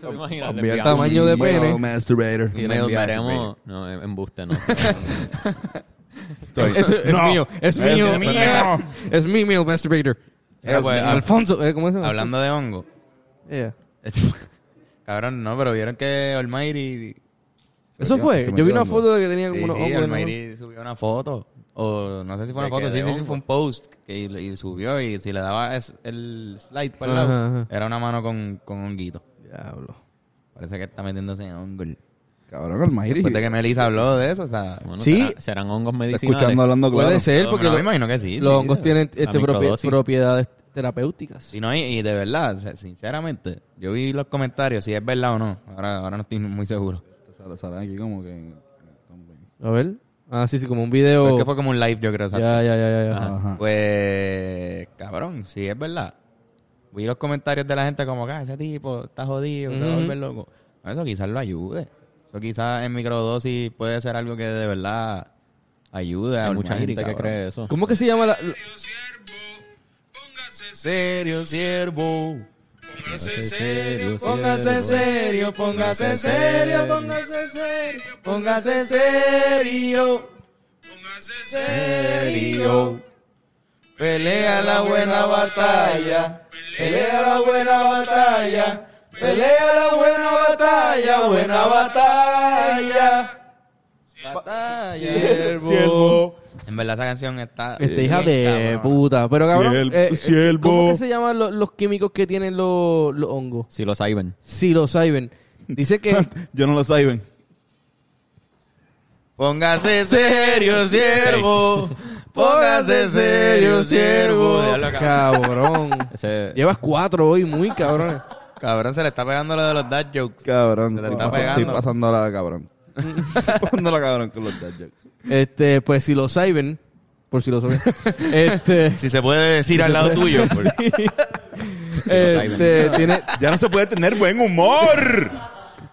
¿Te imaginas?
Enviar
Le enviamos-
tamaño de
un
pene.
male Masturbator.
y le
Mail
enviaremos.
messenger.
No, en- embuste, no.
Estoy-
Eso es mío. Es
es
mío.
mío.
Es mi male masturbator.
Mira, pues,
mío.
hab-
Alfonso. eh, ¿Cómo es?
hablando de hongo.
Yeah.
Cabrón, no, pero vieron que Almighty.
Eso
me
fue.
quedó- se me
Yo vi
quedó
una
hongo.
foto de que tenía como
Sí,
unos
sí,
hongos, ¿no?
Almighty subió una foto. O no sé si fue una
¿De qué?
foto. Sí,
¿De
sí, sí,
hongo?
fue un post. Que, y subió y si le daba es- el slide para el
Ajá,
lado,
ajá.
era una mano con, con honguito.
Diablo.
Parece que está metiéndose en hongo.
Cabrón, el Mayri.
Después de que Melissa habló de eso, o sea.
Bueno,
Sí.
será- serán hongos medicinales.
Escuchando hablando claro.
Puede ser, porque
no,
lo-
me imagino que sí.
los
sí,
hongos
sí.
tienen
La
este, propi-
microdosis.
propiedades terapéuticas.
Y, no, y, y de verdad, o sea, sinceramente, yo vi los comentarios, si es verdad o no. Ahora, ahora no estoy muy seguro.
Sara- Sara aquí como que.
A ver. Ah, sí, sí, como un
Pero es
video.
que fue como un live, yo creo. ¿sabes?
Ya, ya, ya, ya, ya.
Ajá.
Pues, cabrón, si es verdad. Vi los comentarios de la gente como que "Ah, ese tipo está jodido, se va a
Ujú.
volver loco. Eso quizás lo ayude. Eso quizás en microdosis puede ser algo que de verdad ayude a
Hay mucha gente que cree eso.
¿Cómo que se llama la...?
Serio, siervo.
Póngase serio,
pues. serio, póngase serio, póngase serio, póngase serio. Póngase serio. Pelea la buena batalla. Pelea la buena batalla. Pelea la buena batalla, buena batalla. Batalla. En verdad esa canción está
Esta Este, hija
bien
de
cabrona.
puta. Pero cabrón,
Siervo,
eh, eh,
siervo.
¿cómo que se llaman lo- los químicos que tienen los, los hongos?
Si lo saben.
Psilocybin. Dice que...
Yo no lo saben.
Póngase serio, siervo. Póngase serio, siervo.
Cabrón.
Ese,
Llevas cuatro hoy, muy cabrón.
Cabrón, se le está pegando lo de los dad jokes.
Cabrón.
Se te
estoy
está
pas-
pegando.
Estoy pasando la cabrón. pasando la cabrón con los dad jokes.
Este, pues psilocybin, por si lo saben. Este,
Si se puede decir al lado tuyo. por-
este tiene,
Ya no se puede tener buen humor.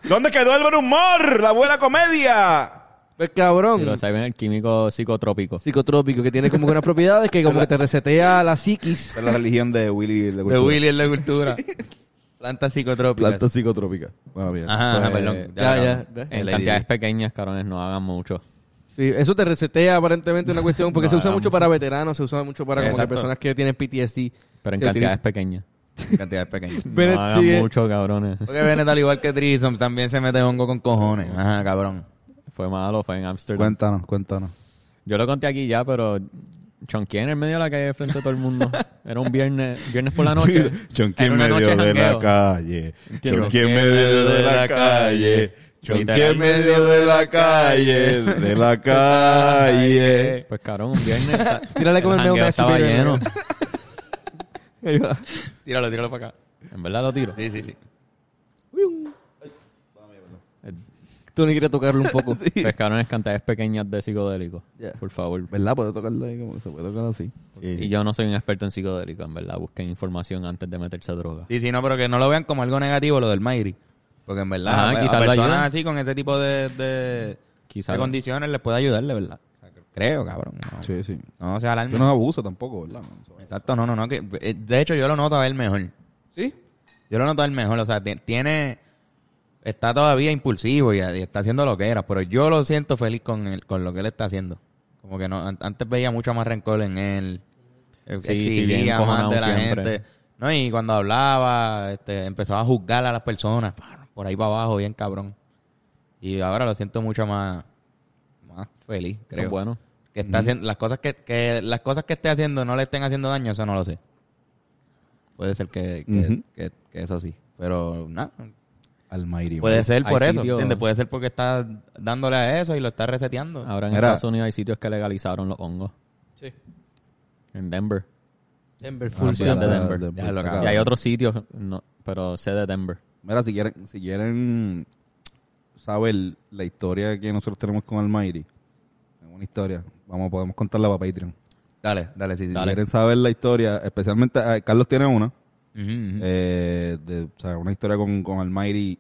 ¿Dónde quedó el buen humor? La buena comedia.
pues, cabrón,
si
Mm.
lo saben, el químico psicotrópico.
psicotrópico que tiene como que unas propiedades que como que te resetea la psiquis.
Es la religión de Willy.
De Willy en la cultura. Plantas psicotrópicas.
Planta psicotrópica. Bueno, bien.
Ajá, ajá,
Pues,
perdón.
ya,
cabrón.
ya.
Eh,
En
la
cantidades
idea.
pequeñas, cabrones, no hagan mucho.
Sí, eso te resetea aparentemente una cuestión porque se usa mucho para veteranos, se usa mucho para como que
Exacto.
personas que tienen PTSD.
Pero en
Se
cantidades
utiliza.
pequeñas.
En cantidades pequeñas.
Bennett
no hagan
eh.
sigue.
mucho, cabrones.
Porque Bennett, al igual que Trisom, también se mete hongo con cojones. Ajá, cabrón.
Fue malo, fue en Amsterdam.
Cuéntanos, cuéntanos.
Yo lo conté aquí ya, pero chonqué en el medio de la calle frente a todo el mundo. Era un viernes, viernes por la noche.
Chonquín
Era una
medio
noche
de la
jangueo.
calle.
Entiendo.
Chonquín medio de la calle. Chonquín medio de la calle. De la calle.
Pues cabrón, un viernes. ta-
Tírale con el
jangueo
neo
estaba
Messenger.
eh.
lleno.
Ahí va.
Tíralo, tíralo para acá.
En verdad lo tiro.
Sí, sí, sí.
Tú ni quieres tocarlo un poco.
Pues cabrón, es cantidades pequeñas de psicodélicos.
Yeah.
Por favor.
¿Verdad? Puede tocarlo ahí como se puede tocar así.
Y yo no soy un experto en psicodélicos, en verdad. Busquen información antes de meterse a droga.
Sí, sí, no, pero que no lo vean como algo negativo lo del Mayri. Porque en verdad, pues,
Ajá,
a- a
quizás lo
personas
ayuda.
así con ese tipo de, de,
Quizás
de
lo-
condiciones les puede ayudar, de verdad. O sea, que Creo, cabrón. No,
Sí, sí.
no se alarme.
Que no es abuso tampoco, ¿verdad? man?
Exacto, no, no, no. Que, eh, de hecho, yo lo noto a él mejor.
¿Sí?
Yo lo noto a él mejor. O sea, ti- tiene. Está todavía impulsivo y, y está haciendo lo que era. Pero yo lo siento feliz con, el- con lo que él está haciendo. Como que no, an- antes veía mucho más rencor en él. Eh,
Sí, sí,
exigía
bien
más
encojonado
de la
siempre.
gente. No, y cuando hablaba, este, empezaba a juzgar a las personas. pa, Por ahí para abajo, bien cabrón. Y ahora lo siento mucho más, más feliz,
Eso
creo.
es bueno.
Que está haciendo, las cosas que, que las cosas que esté haciendo no le estén haciendo daño, eso no lo sé. Puede ser que, que,
Ujú.
que- que eso sí. Pero nada.
Almighty.
Puede ser
hay
por eso.
sitios-
¿entiendes? Puede ser porque está dándole a eso y lo está reseteando.
Ahora en
Mira.
Estados Unidos hay sitios que legalizaron los hongos.
Sí.
En Denver.
Denver
Ah, pues,
funciona.
de
está-
Denver.
Denver
Ya lo
está
cambié.
Y hay
cabrón.
otros sitios, no, pero sé de Denver.
Mira, si quieren, si quieren saber la historia que nosotros tenemos con Almighty, es una historia. Vamos, podemos contarla para Patreon.
Dale, dale, sí, sí.
Si quieren saber la historia, especialmente eh, Carlos tiene una,
Ujú, ujú.
eh, de, o sea, una historia con, con Almighty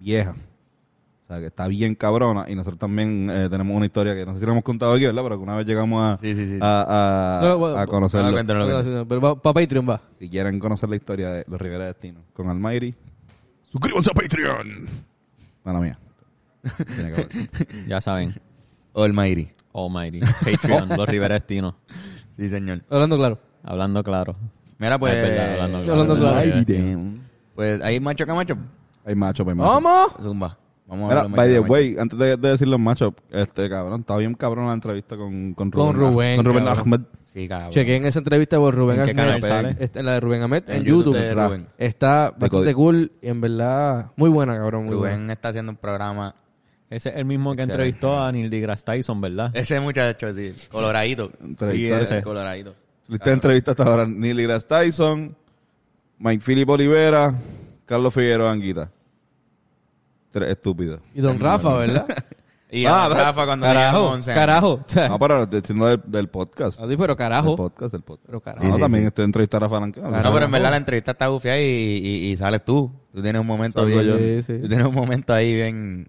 vieja. O sea, que está bien cabrona. Y nosotros también eh, tenemos una historia que no sé si la hemos contado aquí, ¿verdad? Pero que una vez llegamos a,
Sí, sí, sí.
a, a-
No, bueno,
Ah, a conocerlo.
no lo cuento, no lo cuento.
Pero para Patreon va.
Si quieren conocer la historia de los Rivera Destino con Almighty,
Suscríbanse a Patreon.
mala mía. Tiene que ver.
Ya saben.
Almighty.
Almighty. Oh, Patreon, los Riverestinos.
Sí, señor.
Hablando claro.
Hablando claro.
Mira, pues.
Es verdad, hablando claro.
Hablando claro.
Almighty.
Pues ahí macho que macho.
Hay macho, hay macho.
¡Vamos!
Zumba. Vamos
Mira,
ver macho
by
que
the
macho.
way, antes de, de decir los machos, este cabrón, está bien cabrón la entrevista con, con Rubén.
Con Rubén,
Con Rubén
cabrón.
Ahmed.
Sí, cabrón.
Chequen esa entrevista por Rubén
¿En qué canal
Ahmed.
sale?
Está en la de Rubén Ahmed en,
En
YouTube.
YouTube de
Ra.
Rubén.
Está bastante
Cody.
cool y en verdad muy buena, cabrón. Muy buena.
Rubén está haciendo un programa.
Ese es el mismo que
Excelente.
entrevistó a Neil deGrasse Tyson, ¿verdad?
Ese muchacho, sí. Coloradito. sí,
Entrevistado.
ese. Coloradito.
Lista de entrevistas hasta ahora, Neil deGrasse Tyson, Mike Philip Olivera, Carlos Figueroa Anguita. Tres estúpidos.
Y Don Rafa, ¿verdad?
Y
Ah,
a don
va-
Rafa cuando
carajo,
teníamos 11 años.
carajo. O
Eh.
sea,
No, pero diciendo del, del podcast.
así, pero
Del
carajo.
podcast, del podcast.
Pero carajo.
No,
sí,
también este entrevistar a Frank.
No, pero en verdad la entrevista está bufiada y, y- y sales tú. Tú tienes un momento
Salgo
bien.
yo.
Sí, sí.
Tú tienes un momento ahí bien.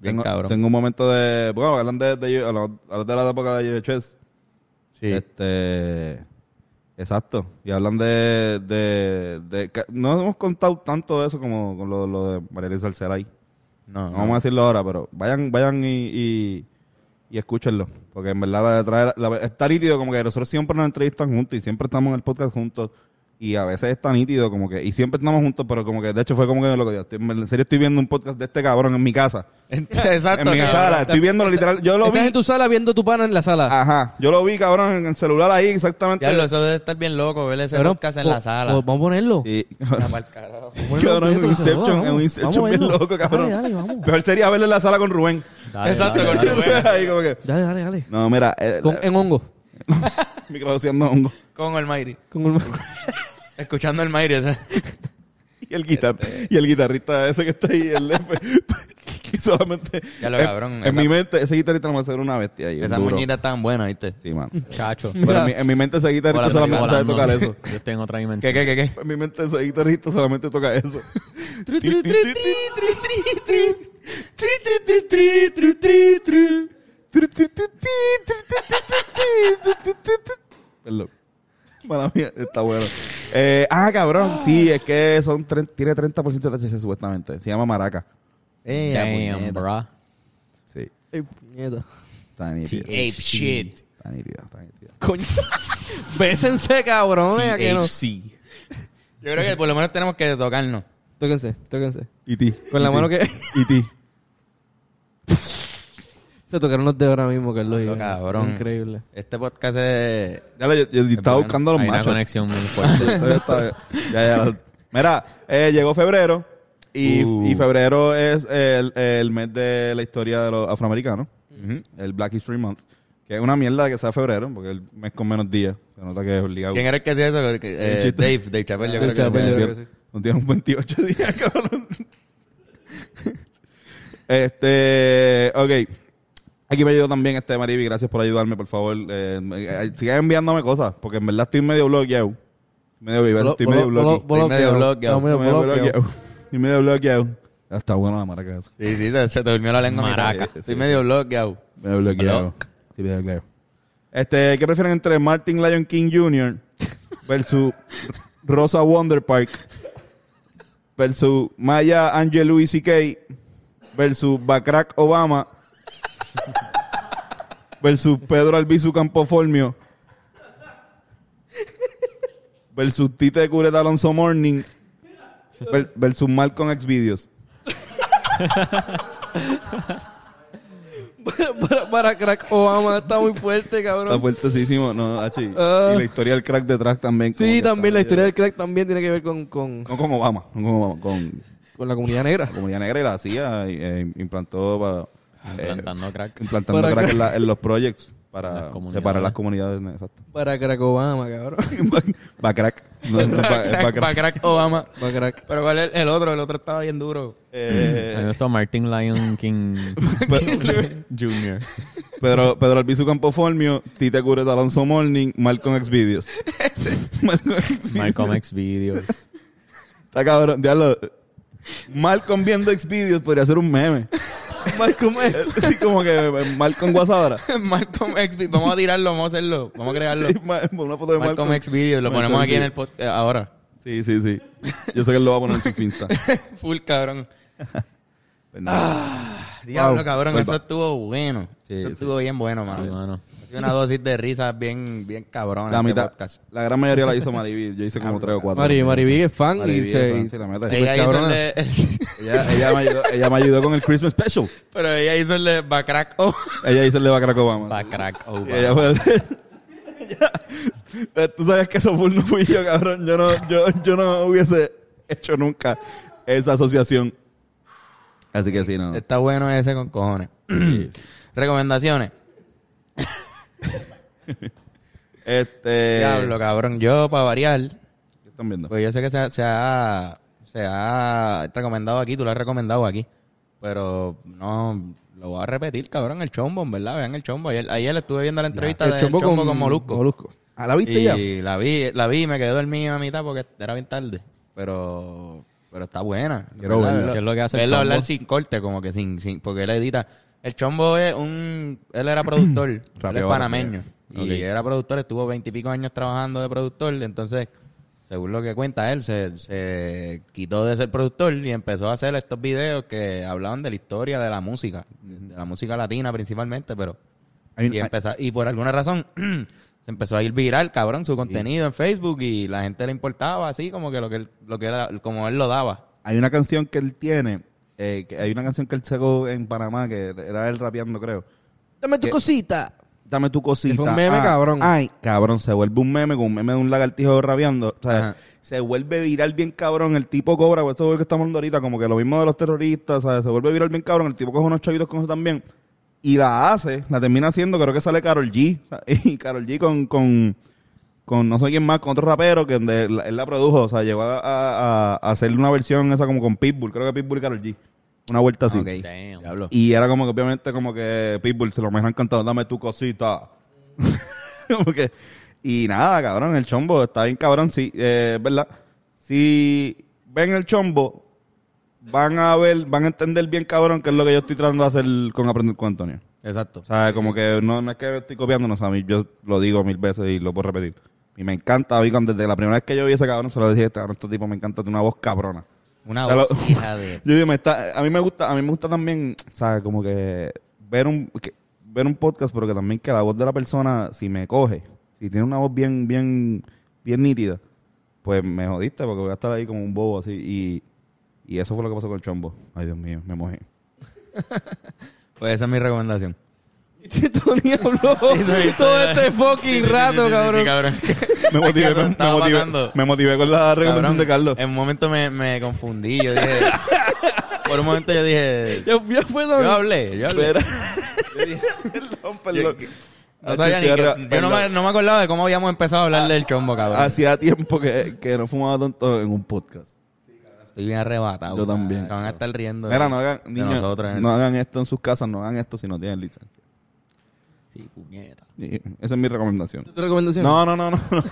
Bien
tengo,
cabrón.
tengo un momento de. Bueno, hablan de, de, hablan- hablan de la época de Chess.
Sí.
Este. Exacto. Y hablan de, de, de- ca- No hemos contado tanto de eso como con lo, lo de María Elisa Alceray.
No,
No,
no.
vamos a decirlo ahora, pero vayan vayan y, y, y escúchenlo. Porque en verdad la- trae la- la- está nítido como que nosotros siempre nos entrevistan juntos y siempre estamos en el podcast juntos. Y a veces está nítido como que... Y siempre estamos juntos, pero como que... De hecho fue como que lo que... estoy- En serio estoy viendo un podcast de este cabrón en mi casa.
Exacto.
en mi
cabrón.
sala. Estoy viéndolo literal. Yo lo Ah, vi...
Estás en tu sala viendo tu pana en la sala.
Ajá. Yo lo vi, cabrón, en el celular ahí exactamente.
Diablo, eso debe estar bien loco, ver ese
Cabrón,
podcast en
po-
la sala.
po- vamos a ponerlo.
Sí.
Ya, pa'l carajo.
Cabrón, es un Inception,
Vamos,
es un Inception
vamos a
bien
verlo.
loco, cabrón.
Dale, dale, vamos.
Peor sería verlo en la sala con Rubén.
Dale,
Exacto,
dale,
con
dale.
Rubén.
Ahí como que,
Dale, dale, dale.
No, mira, eh,
Con- en hongo.
microdoseando hongo.
Con el Mayri.
Con un-
Escuchando el Mayri. o sea.
Y el, guitar, y el guitarrista ese que está ahí, el que solamente.
Ya lo,
en-
cabrón,
En,
esa-
mi mente, ese guitarrista no va a ser una bestia ahí. un
Esas
duro.
moñitas tan buenas, ¿viste?
Sí, mano.
Chacho.
Pero en mi, en mi mente ese guitarrista
Volando,
solamente sabe
Volando.
tocar eso.
Yo estoy en otra
¿Qué,
dimensión.
qué, qué, qué?
En mi mente ese guitarrista solamente toca eso.
Tri, tri, tri, tri, tri, tri, tri. Tri, tri, tri, tri, tri, tri, tri.
Perdón. Mala mía, está bueno. Eh, ah, cabrón, sí, es que son tre- tiene 30% de THC supuestamente. Se llama Maraca.
Eh, la
Damn,
puñeta.
bro.
Sí,
Ay, puñeta.
está nítido.
Ape shit.
Está nítido, está nítido.
Coño. Bésense, cabrón. eh, que no.
Yo creo que por lo menos tenemos que tocarnos.
Tóquense, tóquense.
Y ti.
Con la mano que-
Y ti.
Se tocaron los dedos ahora mismo, Carlos. y-
Lo cabrón.
Increíble.
Este podcast es.
Ya lo- yo, yo estaba
bueno,
buscando a los
Hay una
machos.
conexión muy fuerte.
Entonces, está- ya, ya. Mira, eh, llegó febrero y,
Uh.
y febrero es el, el mes de la historia de los afroamericanos, el Black History Month, que es una mierda que sea febrero, porque es el mes con menos días. Se nota que es obligado.
¿Quién era el que hacía eso? Porque, eh,
chiste.
Dave, Dave Chappelle, yo
Dave
creo que
Chappelle,
hacía.
yo creo
Tiene-
que sí.
No tiene un 28 días, cabrón. este, ok. Aquí me ayudó también este Mariby, gracias por ayudarme, por favor. Eh, me- eh, sigan enviándome cosas, porque en verdad estoy medio bloqueado. Medio vivo, estoy medio bloqueado.
Estoy medio bloqueado.
Estamos medio
Estoy
bloqueado.
medio bloqueado. Estoy medio bloqueado. Ya está buena la maraca esa.
Sí, sí, se, se te durmió la lengua. a mitad.
Maraca.
Estoy medio bloqueado.
Medio bloqueado. Estoy medio bloqueado. Este, ¿Qué prefieren entre Martin Lion King Jr. versus Rosa Wonderpark versus Maya Angelou y C.K. versus Barack Obama versus Pedro Albizu Campoformio versus Tite de Curet Alonso Morning ver- versus Malcolm X Videos.
para, para Crack Obama está muy fuerte,
Está
cabrón.
fuertesísimo, no, Hachi.
Ah.
Y la historia del crack detrás también. como
Sí,
que
también
está-
la historia del crack también tiene que ver con, con,
No con Obama, no con Obama, con
con la comunidad negra.
la comunidad negra y la CIA eh, implantó para... eh,
Implantando crack.
implantando
Para
crack
acá.
en, la- en los projects
En las
para
comunidades.
separar las comunidades. ne- Exacto.
Para Crack Obama, cabrón.
Va crack. No, no, va- va
Crack,
crack.
pa' crack Obama.
Para Crack.
Pero ¿cuál es el otro? El otro estaba bien duro.
Eh,
Eh.
A mí me gustó Martin Lion King Jr.
Pedro, Pedro Albizu Campoformio, Tita Curet Alonso Morning, Malcolm X Videos. Malcolm X Videos.
Malcolm X Videos.
Está cabrón, ya lo. Malcolm viendo X Videos podría ser un meme.
Malcolm X.
Así como que eh, Malcolm Guasabara.
Malcolm X. Vid- Vamos a tirarlo, vamos a hacerlo. Vamos a crearlo.
Sí, ma- una foto de
Malcolm,
Malcolm,
X Video. Lo
Malcolm
ponemos aquí en
Video.
el podcast ahora.
Sí, sí, sí. Yo sé que él lo va a poner en su Insta.
Full cabrón.
Pues nada.
Ah, Diablo, cabrón,
Vuelva.
eso estuvo bueno.
Sí,
eso
sí.
estuvo bien bueno,
Sí,
mano.
mano.
Ha sido una dosis de risas bien, bien cabrón
la
este
mitad,
podcast. Ah,
la gran mayoría la hizo Mariví. Yo hice como tres o cuatro.
Mari, Maribí es fan
Mariví
y
es
se...
fan, sí, la meta.
Ella hizo el
cabrona.
de-
Ella, ella me ayudó, ella me ayudó con el Christmas Special.
pero ella hizo el de Bacrack O.
Ella hizo el de Barack Obama.
Pa' crack
Y
Obama.
ella fue el- Ya. Tú sabes que eso full no fui yo, cabrón. Yo no, yo, yo no hubiese hecho nunca esa asociación. Así que sí, no.
Está bueno ese con cojones. Recomendaciones.
Este.
Diablo, cabrón. Yo, para variar,
¿Qué están viendo?
pues yo sé que se, ha- se ha, se ha recomendado aquí, tú lo has recomendado aquí. Pero no, lo voy a repetir, cabrón, el chombo, ¿verdad? Vean el chombo. Ayer, ayer estuve viendo la entrevista del chombo, con, Molusco.
¿Ah, la viste
y
ya?
la vi, la vi, y me quedé dormido a mitad porque era bien tarde. Pero, pero está buena.
Quiero
¿Verdad?
verla.
Verlo-
¿Qué es lo que hace el
verlo
Chombo?
hablar sin corte, como que sin, sin, porque él edita. El chombo es un, él era productor, él es
Rapeo,
panameño. Y
Ok.
era productor, estuvo veintipico años trabajando de productor, entonces, según lo que cuenta él, se, se quitó de ser productor y empezó a hacer estos videos que hablaban de la historia de la música, de la música latina principalmente, pero
Hay un-
y, empeza- y por alguna razón se empezó a ir viral, cabrón, su contenido en Facebook y la gente le importaba así como que lo que él, lo que era- como él lo daba.
Hay una canción que él tiene. eh, que hay una canción que él sacó en Panamá que era él rapeando, creo.
Dame tu
¿Qué?
cosita.
Dame tu cosita.
Que fue un meme,
Ah,
cabrón.
Ay, cabrón, se vuelve un meme con un meme de un lagartijo rabiando. O sea,
Ajá.
se vuelve viral bien cabrón. El tipo cobra, pues, esto es lo que estamos hablando ahorita, como que lo mismo de los terroristas, ¿sabes? Se vuelve viral bien cabrón. El tipo coge unos chavitos con eso también. Y la hace, la termina haciendo, creo que sale Carol G. Y Carol G con, con, con no sé quién más, con otro rapero que donde él, él la produjo. O sea, llegó a, a- a hacerle una versión esa como con Pitbull. Creo que Pitbull y Carol G. Una vuelta así.
Ok.
Damn.
Diablo.
Y era como que obviamente como que Pitbull se lo mejor cantando, dame tu cosita. como que, y nada, cabrón, el chombo está bien cabrón, sí, eh, es ¿verdad? Si ven el chombo, van a ver, van a entender bien cabrón qué es lo que yo estoy tratando de hacer con aprender con Antonio.
Exacto.
O sea, como que no, no es que estoy copiándonos a mí, yo lo digo mil veces y lo puedo repetir. Y me encanta, oigan, desde la primera vez que yo vi ese cabrón, se lo dije, este cabrón, este tipo me encanta, tiene una voz cabrona.
Una
O sea, lo-
voz hija de
Yo digo, me está, a mí me gusta, a mí me gusta también, ¿sabes? Como que ver un que- ver un podcast, pero que también que la voz de la persona, si me coge, si tiene una voz bien, bien, bien nítida, pues me jodiste porque voy a estar ahí como un bobo así. Y, y eso fue lo que pasó con el chombo. Ay, Dios mío, me mojé.
Pues esa es mi recomendación.
Tony habló todo este fucking rato,
Sí,
cabrón.
cabrón.
Me motivé, con, me,
Estaba
motivé,
pasando.
me motivé con la recomendación
Cabrón,
de Carlos.
En un momento me, me confundí, yo dije por un momento yo dije
Ya, ya fue
yo
Tony.
hablé, yo hablé.
Perdón, perdón.
No sabía ni que- yo no me, no me acordaba de cómo habíamos empezado a
Ah,
hablar del chombo, cabrón.
Hacía tiempo que, que no fumaba tanto en un podcast.
Estoy bien arrebatado.
ah, Yo
o sea,
también,
se van a estar riendo.
Mira,
de-
no hagan,
de
niños,
nosotros en el-
no hagan esto en sus casas, no hagan esto si no tienen licencia.
Sí, puñeta.
Y Esa es mi recomendación.
¿Tu recomendación?
No, no, no, no. no.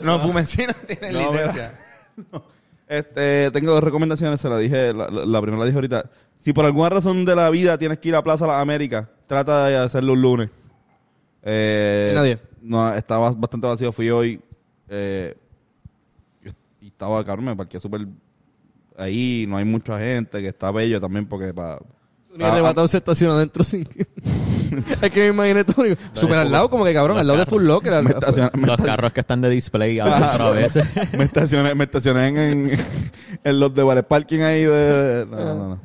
No, fumen si no tienen
No,
licencia.
Este, tengo dos recomendaciones, se la dije, la, la- la primera la dije ahorita. Si por alguna razón de la vida tienes que ir a Plaza Las Américas, trata de hacerlo un lunes. Eh,
Nadie.
no, estaba bastante vacío. Fui hoy eh, y estaba, cabrón, me parqué súper ahí. No hay mucha gente, que está bello también porque para...
Ni
Ah,
arrebatado se estaciona adentro sin que... es que me imaginé todo. digo, Súper al lado, como que cabrón, al lado de Full Locker. al-
me, estacioné, me,
Los carros que están de display a veces, a veces.
me estacioné, me estacioné en, en, en los de Vale Parking ahí de... No, no, no.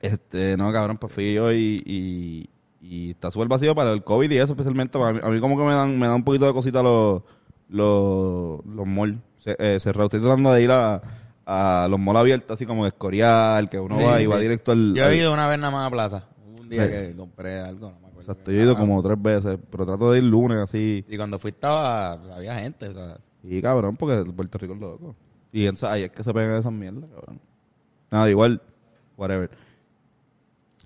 Este, no, cabrón, pues fui yo y, y, y está súper vacío para el COVID y eso especialmente. Para mí, a mí como que me dan, me dan un poquito de cosita los, los, los malls ce- eh, cerrados. Estoy tratando de ir a, a los malls abiertos, así como de Escorial, que uno
Sí,
va y va
sí.
directo al...
Yo
al-
he ido una vez nada más a plaza. Un día
Sí.
que compré algo, no me acuerdo.
Exacto, yo he ido como tres veces, pero trato de ir lunes así.
Y cuando fui estaba, había gente. O sea,
Y cabrón, porque Puerto Rico es loco. Y entonces ahí es que se pegan esas mierdas, cabrón. Nada, igual, whatever.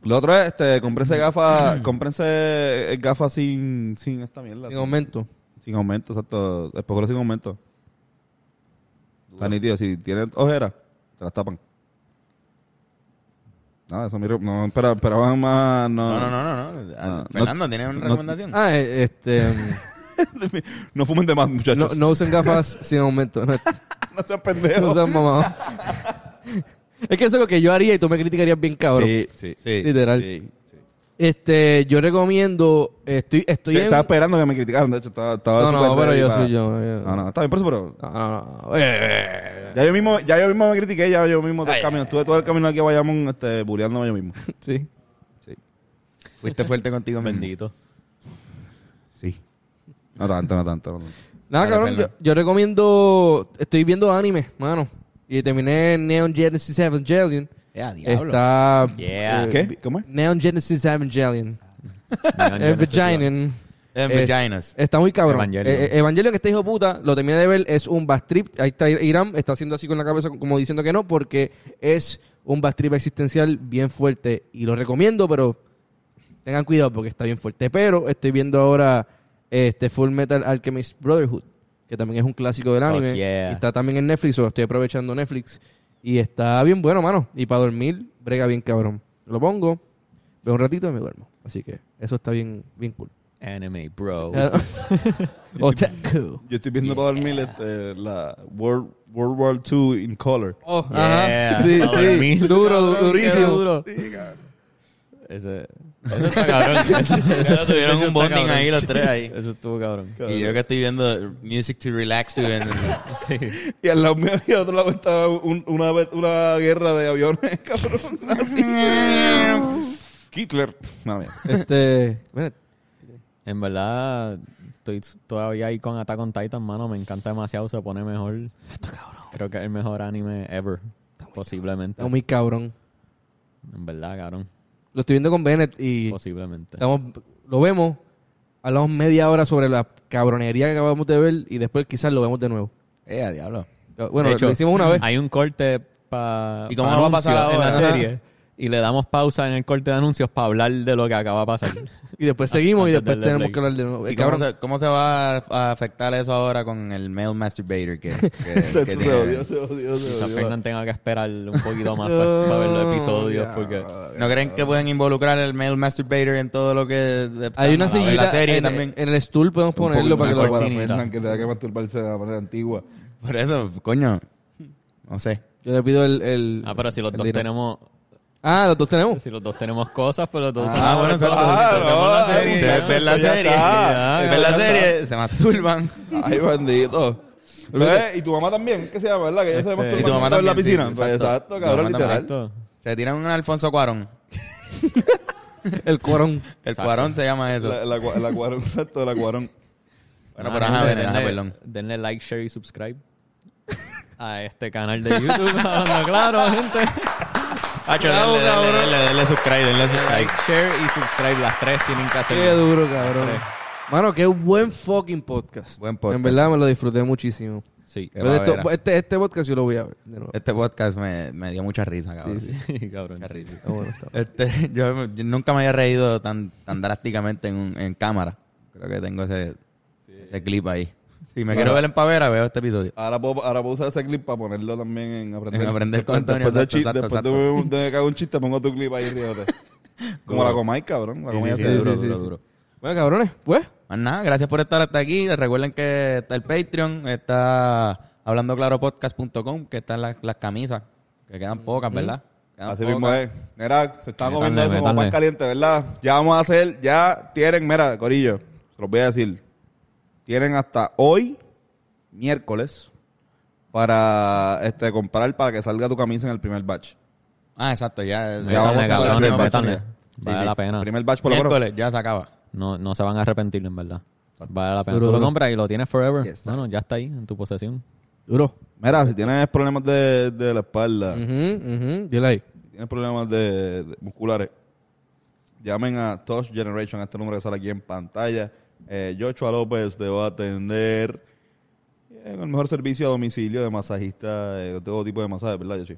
Lo otro es, este, cómprense gafas, cómprense eh, gafas sin, sin esta mierda.
Sin aumento.
Sin aumento, exacto. Espejos sin aumento. Está nítido. Si tienen ojeras, te las tapan. Nada, eso miro. No, espera, esperaban más.
no,
No,
no, no, no. no.
Ah, no-
Fernando, ¿tienes una
no-
recomendación?
Ah, eh, este.
No fumen de más, muchachos.
no,
No,
no usen gafas sin aumento. No,
sean pendejos.
no sean mamados. es que eso es lo que yo haría y tú me criticarías bien, cabrón.
sí, sí.
sí.
Literal.
sí, sí.
Este, yo recomiendo. Estoy, estoy en.
Estaba esperando que me criticaran, de hecho. Estaba, estaba
No, no,
súper
pero
ready
yo
para-
soy yo. eh, yo-
No, no, está bien, por eso, pero...
No, no, no. Eh,
Ya yo mismo, ya yo mismo me critiqué, ya yo mismo todo el camino. Estuve todo el camino aquí a Bayamón, este, buleándome yo mismo.
Sí.
Fuiste fuerte contigo, bendito.
Sí. No tanto, no tanto. no tanto.
Nada,
Dale,
cabrón, yo,
Fernando.
yo recomiendo. Estoy viendo anime, mano. Y terminé Neon Genesis Evangelion.
Ya, Eh, diablo.
Está.
Yeah.
eh,
¿Qué? ¿Cómo es?
Neon Genesis Evangelion.
Mira, yo no sé si va-
Evangelion.
En
Eh,
vaginas.
Está muy cabrón.
Evangelion.
Eh, eh, Evangelion, que este hijo de puta, lo terminé de ver, es un bad trip. Ahí está Irán, está haciendo así con la cabeza, como diciendo que no, porque es un bad trip existencial bien fuerte. Y lo recomiendo, pero tengan cuidado porque está bien fuerte. Pero estoy viendo ahora este Full Metal Alchemist Brotherhood, que también es un clásico del anime.
Oh, yeah.
Y está también en Netflix, o estoy aprovechando Netflix. Y está bien bueno, mano. Y para dormir, brega bien cabrón. Lo pongo, veo un ratito y me duermo. Así que eso está bien, bien cool. Oh,
Anime, bro.
Claro. Otaku.
Yo estoy viendo para dormir este, la World, World War II in color.
Oh,
Yeah.
ajá. Sí,
Para
sí.
dormir.
Duro, du-
Cabrón, qué
durísimo.
duro. Ese, eso está cabrón. Eso- eso-
Ya tuvieron
eso
un
está
bonding
cabrón.
ahí los tres ahí.
Eso estuvo cabrón.
Y yo que estoy viendo Music to Relax, estoy viendo.
Sí.
Y al lado mío y al otro lado estaba un- una, vez- una guerra de aviones, cabrón. Así. Hitler. No, mira.
Este. bueno,
En verdad, estoy todavía ahí con Attack on Titan, mano. Me encanta demasiado. Se pone mejor. Creo que es el mejor anime ever. Posiblemente.
está muy cabrón.
En verdad, cabrón.
Lo estoy viendo con Bennett y
Posiblemente.
estamos, lo vemos. Hablamos media hora sobre la cabronería que acabamos de ver y después quizás lo vemos de nuevo.
Eh, a diablo.
Bueno,
De hecho,
lo hicimos una vez.
Hay un corte para
¿Y cómo lo va a pasar
en la
ahora?
serie. Y le damos pausa en el corte de anuncios para hablar de lo que acaba de pasar.
Y después seguimos y
Antes
después
del
tenemos
break.
que hablar de nuevo. Eh,
¿Y cómo
cabrón.
se, cómo se va a- a afectar eso ahora con el male masturbator que, que, que
Esto
tiene?
se odió, se odió, se
Quizás
odió.
Fernan tenga que esperar un poquito más para, ver los episodios. Porque ah,
¿No creen que pueden involucrar el male masturbator en todo lo que
Hay una
en
sillita
la serie
en,
también?
en el stool podemos
Un
ponerlo
poquito
para que
mejor
lo
para
cortinita.
Fernan, que tenga que masturbarse de la manera antigua.
Por eso, coño. No sé.
Yo le pido el... el-
Ah, pero si los
el
dos
dinero.
tenemos,
Ah, los dos tenemos.
si los dos tenemos cosas, pues los dos
Ah, bueno,
exacto.
exacto.
Ah,
Vemos la serie.
no,
Ven la
ya está.
serie.
Ya,
Ven la
ya está.
serie. Se masturban.
Ay, bandito. Ve, Y tu mamá también, ¿qué se llama? ¿Verdad? Que ella se
Este,
masturba
y tu mamá
cuando está en la
también, sí,
piscina. Pues,
exacto.
exacto.
Tu
cabrón,
mamá
literal.
Exacto.
Se tiran un Alfonso Cuarón.
El corón.
El Cuarón se llama eso.
La, la, cua- la cuarón, exacto, la cuarón.
Bueno,
Ah,
pero ajá,
denle-
ven, ajá,
denle-
perdón.
Denle like, share y subscribe a este canal de YouTube. hablando claro, gente.
Hacho, denle, denle, denle, denle subscribe, denle subscribe.
Like, share y subscribe. Las tres tienen que hacer.
Qué duro, cabrón. Mano, qué buen fucking podcast.
Buen podcast.
En verdad me lo disfruté muchísimo.
Sí.
Qué
Pero esto-
babera.
este, este podcast yo lo voy a ver de nuevo.
Este podcast me, me dio mucha risa, cabrón.
cabrón.
Mucha risa.
Ah, bueno, está.
Este, yo, yo nunca me había reído tan, tan drásticamente en, un- en cámara. Creo que tengo ese, ese clip ahí. Si me quiero ver en pavera, veo este episodio.
Ahora puedo, ahora puedo usar ese clip para ponerlo también en aprender.
En Aprender con
Después-
Antonio,
Después, de,
exacto,
chi-
exacto,
después de
exacto.
un- de que hago un chiste, pongo tu clip ahí, ríete. Como la comáis, cabrón. La
Sí,
comáis
sí,
así.
sí, duro,
sí,
duro,
sí.
duro.
Bueno, cabrones, pues,
Más nada, gracias por estar hasta aquí. Recuerden que está el Patreon, está hablandoclaropodcast.com, que están las, las camisas, que quedan pocas, ¿verdad? Quedan
Así
pocas.
mismo es. Mira, se está
Métanle,
comiendo eso como
métanle.
pan caliente, ¿verdad? Ya vamos a hacer, ya tienen, mira, Corillo, se los voy a decir. Tienen hasta hoy, miércoles, para este comprar para que salga tu camisa en el primer batch.
Ah, exacto, ya.
Métanle,
ya vamos
cabrón,
a comprar
cabrones,
el primer batch.
métanle.
Sí,
Vale
sí.
la pena.
Primer batch por lo menos.
Miércoles, ya se acaba.
No, no se van a arrepentir, en verdad. Vale la pena.
Duro,
Tú lo
duro.
compras y lo tienes forever.
Yes, sir.
bueno, ya está ahí, en tu posesión.
Duro.
Mira, si tienes problemas de, de la espalda,
Ujú, ujú, Dile ahí.
si tienes problemas de, de musculares, llamen a Touch Generation, a este número que sale aquí en pantalla. Eh, Joshua López te va a atender en el mejor servicio a domicilio de masajista, eh, de todo tipo de masajes, ¿verdad, Yoshi?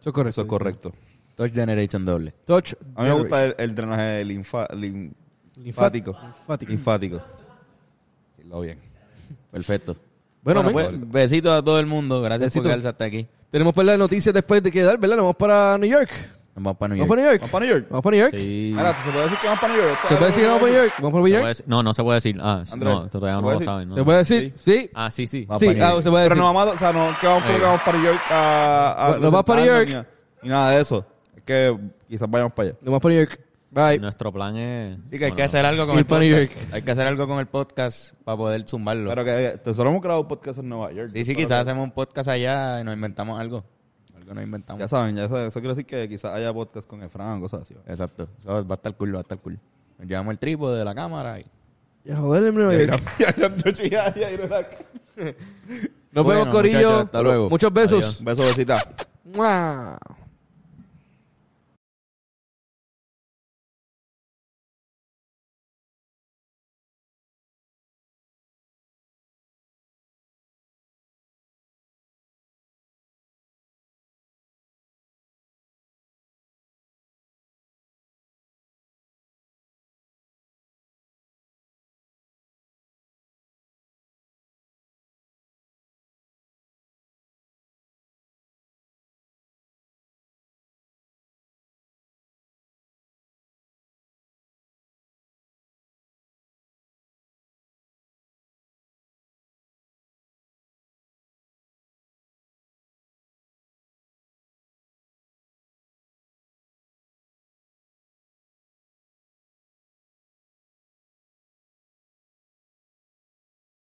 Eso es correcto.
Eso es correcto.
Touch Generation doble.
Touch.
A mí me gusta el, el drenaje linfa- lin- linfático.
linfático.
Linfático. Dilo bien.
Perfecto.
Bueno,
Bueno,
men.
pues, besitos a todo el mundo. Gracias
Besitos.
por quedarse hasta aquí.
Tenemos para las noticias después de quedar, ¿verdad? Nos vamos para New York.
Nos vamos para New
Vamos
York.
para New York.
¿Vamos para New York?
Vamos para New York.
Sí.
Mira, ¿se puede decir que vamos para New York?
¿Se puede decir que vamos para New York? ¿Vamos para New
¿Se puede
York?
decir? No, no se puede decir. Ah, sí,
Andrés,
no, todavía
¿se
no
puede
lo
decir?
saben. no.
¿Se puede decir? Sí.
Ah, sí, sí.
Vamos
Sí,
para New
ah,
York.
se puede
Pero
decir.
no vamos, a- o sea, no, que vamos, porque
Ahí.
vamos para New York a. a
Bueno, nos vamos para New York.
presentarnos Ni, ni nada de eso. Es que quizás vayamos para allá.
Nos vamos para New York. Bye.
Nuestro plan es.
Sí, que hay
bueno,
que hacer algo con
Ir
el
para New
podcast.
York.
Hay que hacer algo con el podcast para poder zumbarlo.
Pero que que nosotros hemos grabado un podcast en Nueva York.
sí, sí,
Pero
quizás
que-
hacemos un podcast allá y nos inventamos algo. Algo nos inventamos.
Ya saben, ya saben. Eso quiere decir que quizás haya podcast con Efraín, cosas así.
Exacto. Eso va a estar cool, va a estar cool. Nos llevamos el trípode de la cámara y...
Ya, joder, en Nueva York.
Ya, ya, ya, ya, ya, ya.
Nos
Bueno,
vemos, Corillo.
muchachos, hasta luego.
Muchos besos.
Beso, besita.
Mua.